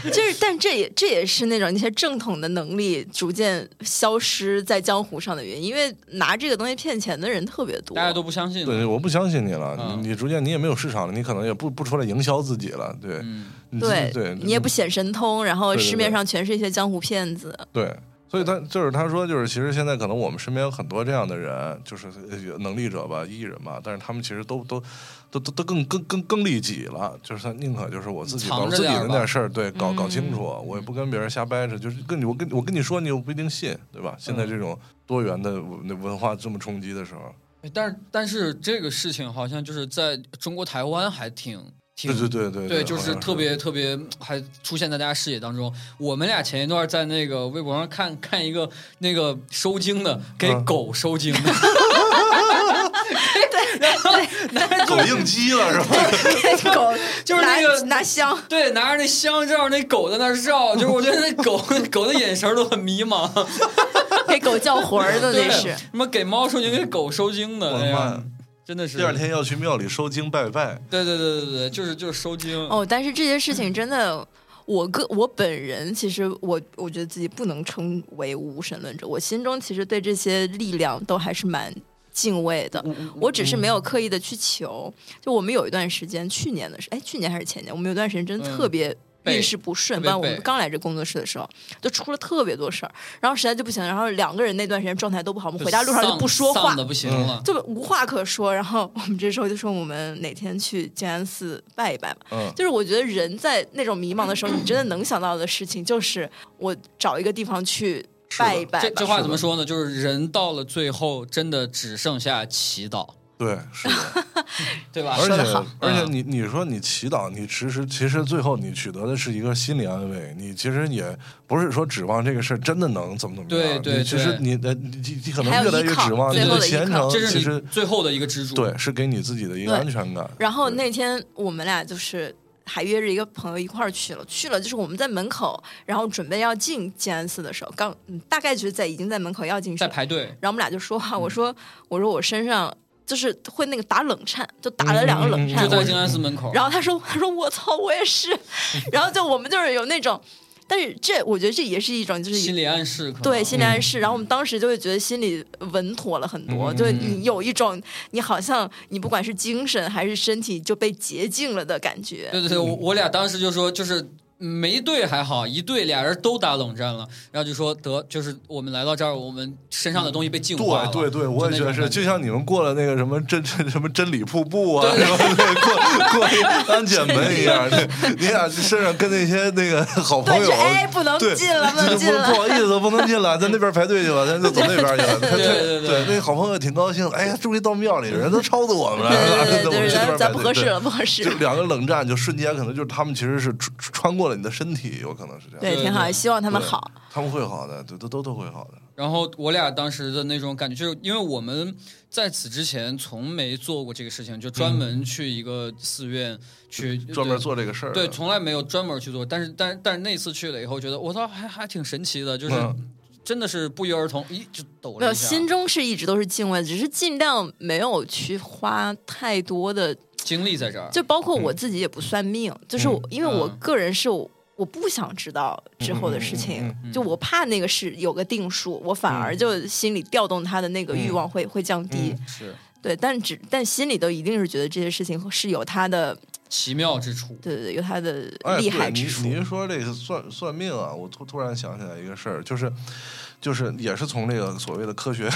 Speaker 3: 就是，但这也这也是那种那些正统的能力逐渐消失在江湖上的原因，因为拿这个东西骗钱的人特别多。
Speaker 5: 大家都不相信。
Speaker 4: 对，我不相信你了，
Speaker 5: 嗯
Speaker 4: 你你逐渐你也没有市场了，你可能也不不出来营销自己了，对
Speaker 5: 嗯，
Speaker 4: 你
Speaker 3: 对，
Speaker 4: 对，
Speaker 3: 你也不显神通，然后
Speaker 4: 对对
Speaker 3: 市面上全是一些江湖骗子。
Speaker 4: 对，所以他就是他说就是，其实现在可能我们身边有很多这样的人，就是呃能力者吧、艺人吧，但是他们其实都都都都都更更更更利己了，就是他宁可就是我自己把
Speaker 5: 藏
Speaker 4: 我
Speaker 5: 着
Speaker 4: 自己
Speaker 5: 点儿
Speaker 4: 的
Speaker 5: 吧嗯
Speaker 4: 点事儿对搞搞清楚，我也不跟别人瞎掰扯，就是跟你我
Speaker 5: 嗯
Speaker 4: 跟我跟你说你又不一定信，对吧？现在这种多元的文文化这么冲击的时候，
Speaker 5: 哎但是但是这个事情好像就是在中国台湾还挺挺
Speaker 4: 对对对对
Speaker 5: 对，就
Speaker 4: 好
Speaker 5: 是
Speaker 4: 像
Speaker 5: 特别特别还出现在大家视野当中。我们俩前一段在那个微博上看看一个那个收精的，给
Speaker 4: 嗯
Speaker 5: 狗收精的，
Speaker 4: 狗应激了是吧？
Speaker 3: 狗
Speaker 5: 就是那个
Speaker 3: 拿拿香，
Speaker 5: 对，拿着那香照，那狗在那绕，就是我觉得那狗 狗的眼神都很迷茫。
Speaker 3: 给狗叫魂儿的
Speaker 5: 对，
Speaker 3: 那是。
Speaker 5: 什么给猫收精，给狗收精的，
Speaker 4: 我的
Speaker 5: 哎
Speaker 4: 妈
Speaker 5: 呀
Speaker 4: 呀，
Speaker 5: 真的 是。
Speaker 4: 第二，天要去庙里收经拜拜，
Speaker 5: 对对对对对，就是就是收精。
Speaker 3: 哦，但是这些事情真的，我个我本人其实我我觉得自己不能称为无神论者，我心中其实对这些力量都还是蛮敬畏
Speaker 5: 嗯
Speaker 3: 的。我只是没有刻意的去求。就我们有一段时间，去年的时，哎，去年还是前年，我们有一段时间真的
Speaker 5: 嗯
Speaker 3: 特别。
Speaker 5: 背
Speaker 3: 运势不顺，
Speaker 5: 特别
Speaker 3: 包括我们
Speaker 5: 背
Speaker 3: 刚来这工作室的时候，就出了特别多事儿，然后实在就不行，然后两个人那段时间状态都不好，我们回家路上就
Speaker 5: 丧
Speaker 3: 不说话嗯
Speaker 5: 丧，的不行了。
Speaker 3: 就无话可说。 然后我们这时候就说，我们哪天去静安寺拜一拜吧。
Speaker 4: 嗯，
Speaker 3: 就是我觉得人在那种迷茫的时候，你真的能想到的事情就是我找一个地方去
Speaker 4: 是的
Speaker 3: 拜一拜
Speaker 5: 这
Speaker 3: 吧
Speaker 5: 这话怎么说呢？就是人到了最后，真的只剩下祈祷，
Speaker 4: 对，是的。
Speaker 5: 对吧？嗯
Speaker 4: 而
Speaker 3: 说
Speaker 4: 且
Speaker 3: 得好
Speaker 4: 而且你你说你祈祷，你其实其实最后你取得的是一个心理安慰，你其实也不是说指望这个事儿真的能怎么怎么样。
Speaker 5: 对对
Speaker 4: 你其实
Speaker 5: 对
Speaker 4: 你的你你你可
Speaker 3: 还
Speaker 4: 能
Speaker 3: 有
Speaker 4: 越来
Speaker 3: 依
Speaker 4: 越
Speaker 3: 靠
Speaker 4: 指望
Speaker 5: 最
Speaker 4: 这
Speaker 5: 后
Speaker 4: 个
Speaker 5: 的依
Speaker 4: 虔
Speaker 3: 靠
Speaker 4: 诚，
Speaker 5: 这
Speaker 4: 呃
Speaker 5: 是
Speaker 4: 其实
Speaker 5: 你最后的一个支柱。
Speaker 4: 对，是给你自己的一个
Speaker 3: 对
Speaker 4: 安全感。
Speaker 3: 然后
Speaker 4: 对
Speaker 3: 那天我们俩就是还约着一个朋友一块儿去了，去了就是我们在门口，然后准备要进静安寺的时候，刚嗯大概就是在已经在门口要进去
Speaker 5: 在
Speaker 3: 了，
Speaker 5: 排嗯队，
Speaker 3: 然后我们俩就说话，我说我说我身上就是会那个打冷颤，就打了两个冷
Speaker 4: 嗯
Speaker 3: 颤，
Speaker 5: 就
Speaker 4: 嗯嗯
Speaker 5: 在
Speaker 3: 我
Speaker 5: 静安寺门口。
Speaker 3: 然后他说：“他说我操，我也是。” 然后就我们就是有那种，但是这我觉得这也是一种就是
Speaker 5: 心理暗示可能
Speaker 3: 对心理暗示。然后我们当时就会觉得心里稳妥了很
Speaker 4: 嗯
Speaker 3: 多，就是你有一种你好像你不管是精神还是身体就被洁净了的感觉。
Speaker 5: 对对对，我我俩当时就说，就是没对还好，一对俩人都打冷战了，然后就说得，就是我们来到这儿，我们身上的东西被净化了。
Speaker 4: 嗯对对对，我也觉得
Speaker 5: 那种
Speaker 4: 是，
Speaker 5: 感觉
Speaker 4: 就像你们过了那个什么真 真什么真理瀑布啊，
Speaker 5: 对
Speaker 4: 什么对 过过一安检门一样，你俩身上跟那些那个好朋
Speaker 3: 对，
Speaker 4: 友
Speaker 3: 就。哎，不能
Speaker 4: 对，
Speaker 3: 进了，不能
Speaker 4: 就
Speaker 3: 进
Speaker 4: 不不
Speaker 3: 了。
Speaker 4: 好意思，不能进了，在那边排队去了，咱就走那边 去了。他
Speaker 5: 对对对
Speaker 4: 对，那好朋友挺高兴，哎呀，终于到庙 里了，人都超度我们了，
Speaker 3: 对对对
Speaker 4: 我
Speaker 3: 对
Speaker 4: 们
Speaker 3: 对，
Speaker 4: 去那边
Speaker 3: 咱咱不
Speaker 4: 排队
Speaker 3: 合适
Speaker 4: 对
Speaker 3: 了，不合适
Speaker 4: 就。两个冷战，就瞬间可能就是他们其实是穿穿过了你的身体，有可能是这样。
Speaker 3: 对，
Speaker 5: 对
Speaker 3: 挺好，
Speaker 5: 对
Speaker 3: 希望他们
Speaker 4: 对
Speaker 3: 好。
Speaker 4: 他们会好的，都都都都会好的。
Speaker 5: 然后我俩当时的那种感觉，就是因为我们在此之前从没做过这个事情，就专门去一个寺院去
Speaker 4: 嗯专门。做这个事儿的，
Speaker 5: 对，对从来没有专门去做，但是但是但是那次去了以后，觉得我操，还还挺神奇的，就是
Speaker 4: 嗯
Speaker 5: 真的是不约而同，咦，就抖
Speaker 3: 没
Speaker 5: 了
Speaker 3: 有，
Speaker 5: 一下，
Speaker 3: 心中是一直都是敬畏的，只是尽量没有去花太多的
Speaker 5: 经历在这儿，
Speaker 3: 就包括
Speaker 4: 嗯
Speaker 3: 我自己也不算命，就是我因为我个人是我我不想知道之后的事情，
Speaker 4: 嗯嗯嗯
Speaker 3: 就我怕那个是有个定数，我反而就心里调动他的那个欲望会、会降低。
Speaker 5: 是
Speaker 3: 对，但只但心里都一定是觉得这些事情是有它的，
Speaker 5: 奇妙之处。
Speaker 3: 对对对，有它的
Speaker 4: 哎，
Speaker 3: 厉
Speaker 4: 对
Speaker 3: 害之处。
Speaker 4: 你你一说这个算算命啊，我突突然想起来一个事儿，就是就是也是从这个所谓的科学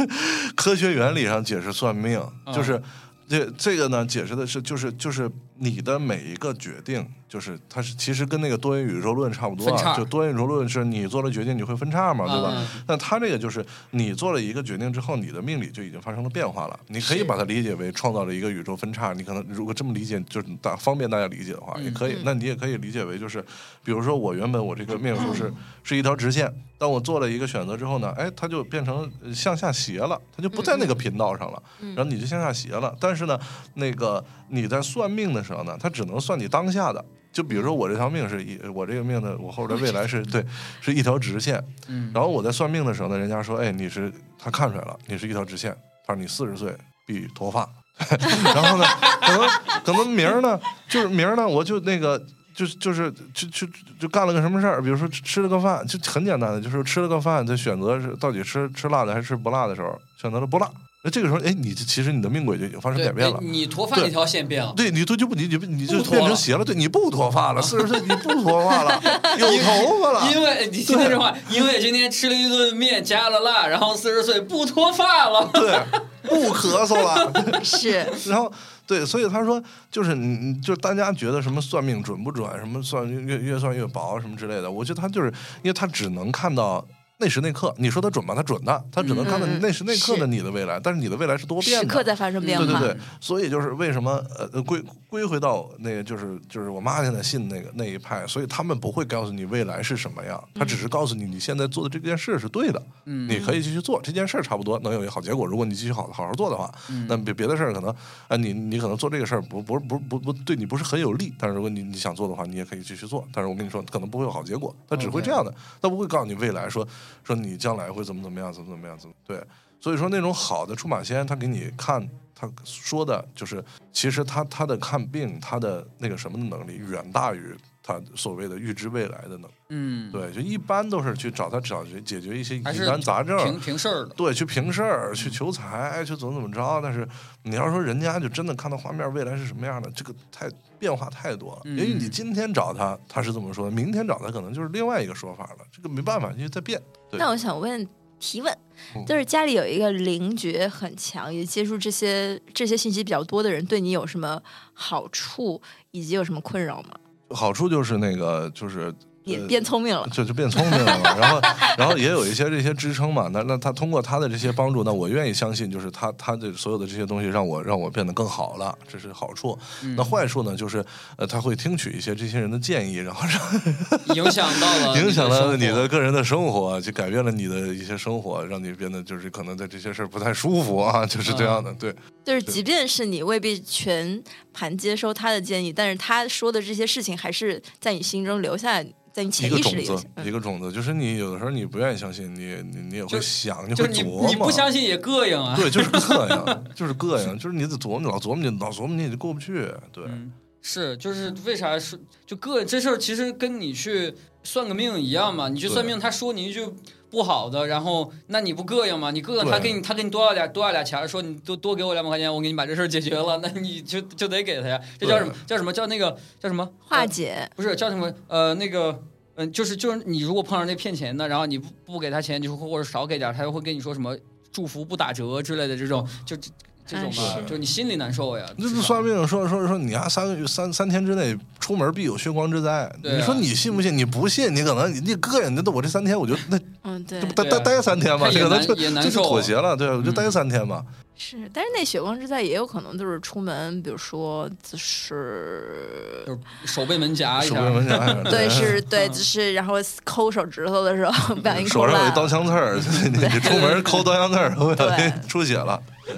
Speaker 4: 科学原理上解释算命，
Speaker 5: 啊
Speaker 3: 嗯
Speaker 4: 就是。这这个呢，解释的是就是就是你的每一个决定，就是它是其实跟那个多元宇宙论差不多
Speaker 5: 分
Speaker 4: 啊。
Speaker 5: 叉
Speaker 4: 就多元宇宙论是你做了决定你会分叉嘛，对吧？
Speaker 5: 嗯
Speaker 4: 那它这个就是你做了一个决定之后，你的命理就已经发生了变化了。你可以
Speaker 3: 是
Speaker 4: 把它理解为创造了一个宇宙分叉。你可能如果这么理解，就是大方便大家理解的话，
Speaker 5: 嗯
Speaker 4: 也可以。那你也可以理解为就是，比如说我原本我这个命数
Speaker 5: 嗯
Speaker 4: 是是一条直线，当我做了一个选择之后呢，哎，它就变成呃向下斜了，它就不在那个频道上了，
Speaker 5: 嗯
Speaker 4: 然后你就向下斜了。但是呢，那个你在算命的时候呢，它只能算你当下的。就比如说我这条命是一，我这个命的，我后边未来是对，是一条直线。
Speaker 5: 嗯，
Speaker 4: 然后我在算命的时候呢，人家说，哎，你是他看出来了，你是一条直线，他说你四十岁必脱发。 然后呢，可能可能明儿呢，就是明儿呢，我就那个。就是就是就就就干了个什么事儿，比如说吃吃了个饭，就很简单的，就是吃了个饭，就选择是到底吃吃辣的还是吃不辣的时候，选择了不辣。那这个时候，哎，你就其实你的命轨就已经发生
Speaker 5: 对，
Speaker 4: 嗯改变了
Speaker 5: 哎。你脱发那条线变了，
Speaker 4: 对，你都就不你你你就
Speaker 5: 不脱
Speaker 4: 变成
Speaker 5: 了
Speaker 4: 邪了，对，你不脱发了，四十岁你不脱发 了，有头发了，
Speaker 5: 因为你听这话，因为今天吃了一顿面，加了辣，然后四十岁不脱发了。
Speaker 4: 对，不咳嗽了，
Speaker 3: 是，
Speaker 4: 然后对，所以他说就是你，你就大家觉得什么算命准不准，什么算越越越算越薄什么之类的，我觉得他就是因为他只能看到。那时那刻，你说它准吧，它准的，它只能看到
Speaker 3: 嗯嗯嗯
Speaker 4: 那时那刻的
Speaker 3: 是
Speaker 4: 你的未来，但是你的未来是多变
Speaker 3: 时
Speaker 4: 的，
Speaker 3: 刻在发生变
Speaker 4: 对
Speaker 3: 化。
Speaker 4: 对对，所以就是为什么呃呃归归回到那个就是就是我妈现在信那个那一派，所以他们不会告诉你未来是什么样，他只是告诉你你现在做的这件事是对的，
Speaker 5: 嗯
Speaker 4: 你可以继续做这件事，差不多能有一个好结果。如果你继续好好好做的话，那别别的事儿可能啊、呃你你可能做这个事儿不不不不不对你不是很有利，但是如果你你想做的话，你也可以继续做。但是我跟你说，可能不会有好结果，他只会
Speaker 5: OK
Speaker 4: 这样的，他不会告诉你未来说说你将来会怎么怎么样，怎么怎么样，怎么对。所以说那种好的出马仙，他给你看，他说的就是，其实他他的看病，他的那个什么的能力远大于他所谓的预知未来的能力。
Speaker 5: 嗯，
Speaker 4: 对，就一般都是去找他找解解决一些疑
Speaker 5: 还是
Speaker 4: 难杂症
Speaker 5: 平。平事儿的，
Speaker 4: 对，去平事儿，去求财，哎去怎么怎么着。但是你要说人家就真的看到画面未来是什么样的，这个太变化太多了。
Speaker 5: 嗯
Speaker 4: 也许你今天找他，他是这么说的，明天找他可能就是另外一个说法了。这个没办法，因为在变。对
Speaker 3: 那我想问提问
Speaker 4: 嗯，
Speaker 3: 就是家里有一个灵觉很强，也接触这些这些信息比较多的人，对你有什么好处，以及有什么困扰吗？
Speaker 4: 好处就是那个就是
Speaker 3: 也
Speaker 4: 呃
Speaker 3: 变聪明了，
Speaker 4: 就就变聪明了嘛。然后，然后也有一些这些支撑嘛。那那他通过他的这些帮助，那我愿意相信，就是他他的所有的这些东西，让我让我变得更好了，这是好处。那坏处呢，就是呃，他会听取一些这些人的建议，然后让
Speaker 5: 影响到了
Speaker 4: 影响了
Speaker 5: 呃你
Speaker 4: 你的
Speaker 5: 的
Speaker 4: 个人的生活，就改变了你的一些生活，让你变得就是可能在这些事儿不太舒服啊，就是这样的。对，
Speaker 3: 就是即便是你未必全盘接收他的建议，但是他说的这些事情还是在你心中留下，在你
Speaker 4: 一
Speaker 3: 潜
Speaker 4: 个
Speaker 3: 意识
Speaker 4: 种
Speaker 3: 里留
Speaker 4: 子
Speaker 3: 下。，嗯
Speaker 4: 一个种子，就是你有的时候你不愿意相信，你你你也会
Speaker 5: 就
Speaker 4: 想，
Speaker 5: 生活，就
Speaker 4: 你会
Speaker 5: 是你
Speaker 4: 琢磨。
Speaker 5: 你不相信也膈应啊。
Speaker 4: 对，就是膈应， 就是膈应，就是你得琢磨，你老琢磨你老琢磨你就过不去。对，
Speaker 5: 嗯，是，就是为啥是就个这事儿，其实跟你去算个命一样嘛。你去算
Speaker 4: 对
Speaker 5: 命，他说你一句不好的，然后那你不膈应吗？你膈应
Speaker 4: 对
Speaker 5: 他给你，他给你多要俩多要俩钱儿，说你多多给我两百块钱，我给你把这事儿解决了，那你就就得给他呀。这叫什么？叫什么叫那个叫什么呃
Speaker 3: 化解
Speaker 5: 不是叫什么呃那个嗯、就是就是你如果碰上那骗钱的，然后你不不给他钱，你就会或者少给点儿，他就会跟你说什么祝福不打折之类的这种，就这这种吧，
Speaker 4: 哎是
Speaker 5: 就你心里难受呀。
Speaker 4: 那
Speaker 5: 至少
Speaker 4: 算命说说说你啊，三个月三三天之内出门必有血光之灾。
Speaker 5: 对啊
Speaker 4: 你说你信不信？你不信，你可能你你膈应，那我这三天我就那
Speaker 3: 嗯，对
Speaker 4: 这不待
Speaker 5: 对
Speaker 4: 待
Speaker 5: 啊
Speaker 4: 待三天嘛，
Speaker 5: 他也
Speaker 4: 这可能
Speaker 5: 难
Speaker 4: 就
Speaker 5: 也难
Speaker 4: 这就
Speaker 5: 受啊
Speaker 4: 妥协了，对，我就
Speaker 5: 嗯
Speaker 4: 待三天嘛。
Speaker 3: 是，但是那血光之灾也有可能就是出门，比如说 就是
Speaker 5: 就是手背门夹一
Speaker 4: 手
Speaker 5: 下
Speaker 4: 边。文件，哎
Speaker 3: 对，是，对，
Speaker 5: 嗯
Speaker 3: 就是然后抠手指头的时 候不小心抠
Speaker 4: 手上有
Speaker 3: 烂
Speaker 4: 一刀
Speaker 3: 了。
Speaker 4: 枪刺儿，你你出门抠刀枪刺儿，不小心
Speaker 3: 对
Speaker 4: 出血了。对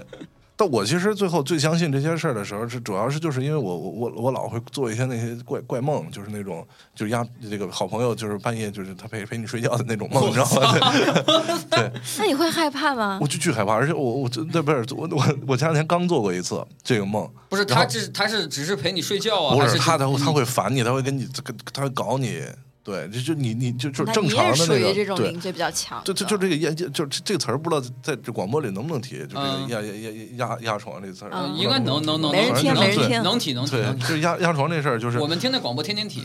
Speaker 4: 但我其实最后最相信这些事儿的时候，是主要是就是因为我我我我老会做一些那些怪怪梦，就是那种就是压这个好朋友就是半夜就是他陪陪你睡觉的那种梦，你知道吗？ 对，
Speaker 3: 那你会害怕吗
Speaker 4: 我？就巨害怕，而且我我真对不是我我我前两天刚做过一次这个梦，
Speaker 5: 不是
Speaker 4: 然后
Speaker 5: 他只他是只是陪你睡觉
Speaker 3: 哦
Speaker 5: 啊，
Speaker 4: 不
Speaker 5: 还
Speaker 4: 是
Speaker 5: 是
Speaker 4: 他他
Speaker 5: 就
Speaker 3: 嗯
Speaker 4: 他会烦你，他会跟你他会搞你，对，就就你你就就是
Speaker 3: 那
Speaker 4: 正常
Speaker 3: 你也
Speaker 4: 的
Speaker 3: 是属
Speaker 4: 那
Speaker 3: 于
Speaker 4: 个
Speaker 3: 这种
Speaker 4: 对
Speaker 3: 灵。觉比较强嗯的，
Speaker 4: 就就就这个压，就就这个词儿，不知道在这广播里能不能提，就这个
Speaker 5: 嗯
Speaker 4: 压压压压压床这词儿，
Speaker 3: 嗯
Speaker 4: 不知道
Speaker 5: 应该能能能
Speaker 3: 没人
Speaker 5: 能
Speaker 3: 听
Speaker 5: 能
Speaker 3: 没人
Speaker 5: 能
Speaker 3: 听
Speaker 5: 能体能体
Speaker 4: 对
Speaker 5: 能，体。
Speaker 4: 就是压压床这事儿，就是
Speaker 5: 我们听那广播天天体，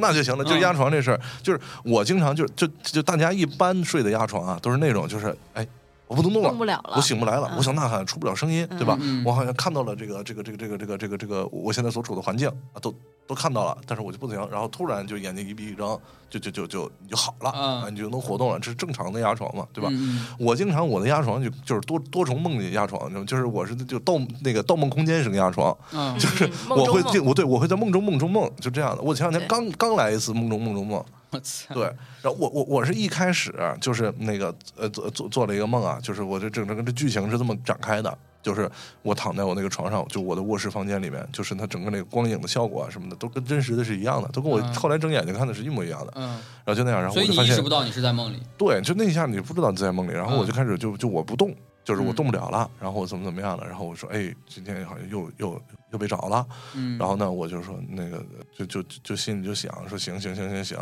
Speaker 4: 那就行了，就是
Speaker 5: 嗯
Speaker 4: 压床这事儿，就是我经常就是就就大家一般睡的压床啊，都是那种就是哎，我不能动了
Speaker 3: 动。不了了。
Speaker 4: 我醒不来了，
Speaker 3: 嗯
Speaker 4: 我想呐喊，出不了声音，对吧？
Speaker 5: 嗯嗯
Speaker 4: 我好像看到了这个这个这个这个这个这个这个我现在所处的环境啊，都都看到了，但是我就不行。然后突然就眼睛一闭一张，就就就就你就好了
Speaker 5: 嗯
Speaker 4: 啊，你就能活动了，这是正常的压床嘛，对吧？
Speaker 5: 嗯
Speaker 4: 我经常我的压床就就是多多重梦里压床，就是我是就盗那个《盗梦空间》型压床，
Speaker 5: 嗯，
Speaker 3: 就
Speaker 4: 我会进我对我会在梦中梦中梦，就这样的。我前两天
Speaker 3: 对
Speaker 4: 刚刚来一次梦中梦中梦，
Speaker 5: 我操，
Speaker 4: 对，然后我我我是一开始就是那个呃做做做了一个梦啊，就是我这整整个这剧情是这么展开的，就是我躺在我那个床上，就我的卧室房间里面，就是它整个那个光影的效果啊什么的都跟真实的是一样的，都跟我
Speaker 5: 嗯
Speaker 4: 后来睁眼睛看的是一模一样的。
Speaker 5: 嗯，
Speaker 4: 然后就那样，然后
Speaker 5: 所
Speaker 4: 我
Speaker 5: 以
Speaker 4: 就
Speaker 5: 你
Speaker 4: 发
Speaker 5: 意识
Speaker 4: 现
Speaker 5: 不到你是在梦里，
Speaker 4: 对，就那一下你不知道你在梦里，然后
Speaker 5: 嗯
Speaker 4: 我就开始就就我不动，就是我
Speaker 5: 嗯
Speaker 4: 动不了了，然后我怎么怎么样了，然后我说哎，今天好像又又又被找了，
Speaker 5: 嗯，
Speaker 4: 然后呢我就说那个就就就就心里就想说行行行行行，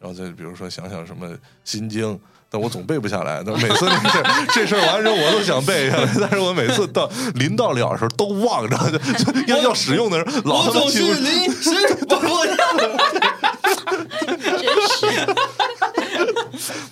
Speaker 4: 然后再比如说想想什么心经。但我总背不下来，但每次这事儿 这事儿完之后，我都想背下来，但是我每次到临到了的时候都忘着，就就要要使用的时候老
Speaker 5: 我
Speaker 4: 他妈
Speaker 5: 总
Speaker 4: 记不
Speaker 5: 是临时 抱不
Speaker 3: 真是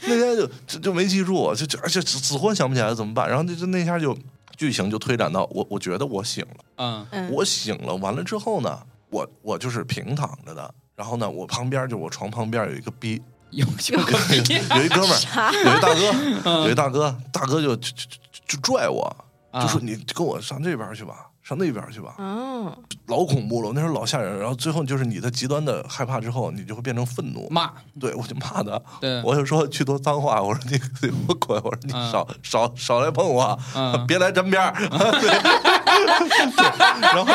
Speaker 4: 那天就就就没记住，就就而且死死活想不起来怎么办，然后就就那下就剧情就推展到我我觉得我醒了，
Speaker 5: 嗯
Speaker 3: 嗯，
Speaker 4: 我醒了，完了之后呢，我我就是平躺着的，然后呢，我旁边就我床旁边有一个逼，
Speaker 5: 有有个 BTI
Speaker 4: 有一哥们
Speaker 3: 啥
Speaker 4: 儿，有一大哥，有一大哥，大哥就就就就拽我，就说你跟我上这边儿去吧，上那边儿去吧，
Speaker 3: 嗯，
Speaker 4: 老恐怖了，我那时候老吓人。然后最后就是你的极端的害怕之后，你就会变成愤怒。
Speaker 5: 骂，
Speaker 4: 对我就骂他，
Speaker 5: 对，
Speaker 4: 我就说去多脏话，我说你我滚，我说你
Speaker 5: 嗯
Speaker 4: 少、少少来碰我，
Speaker 5: 嗯
Speaker 4: 别来沾 边儿。 对然后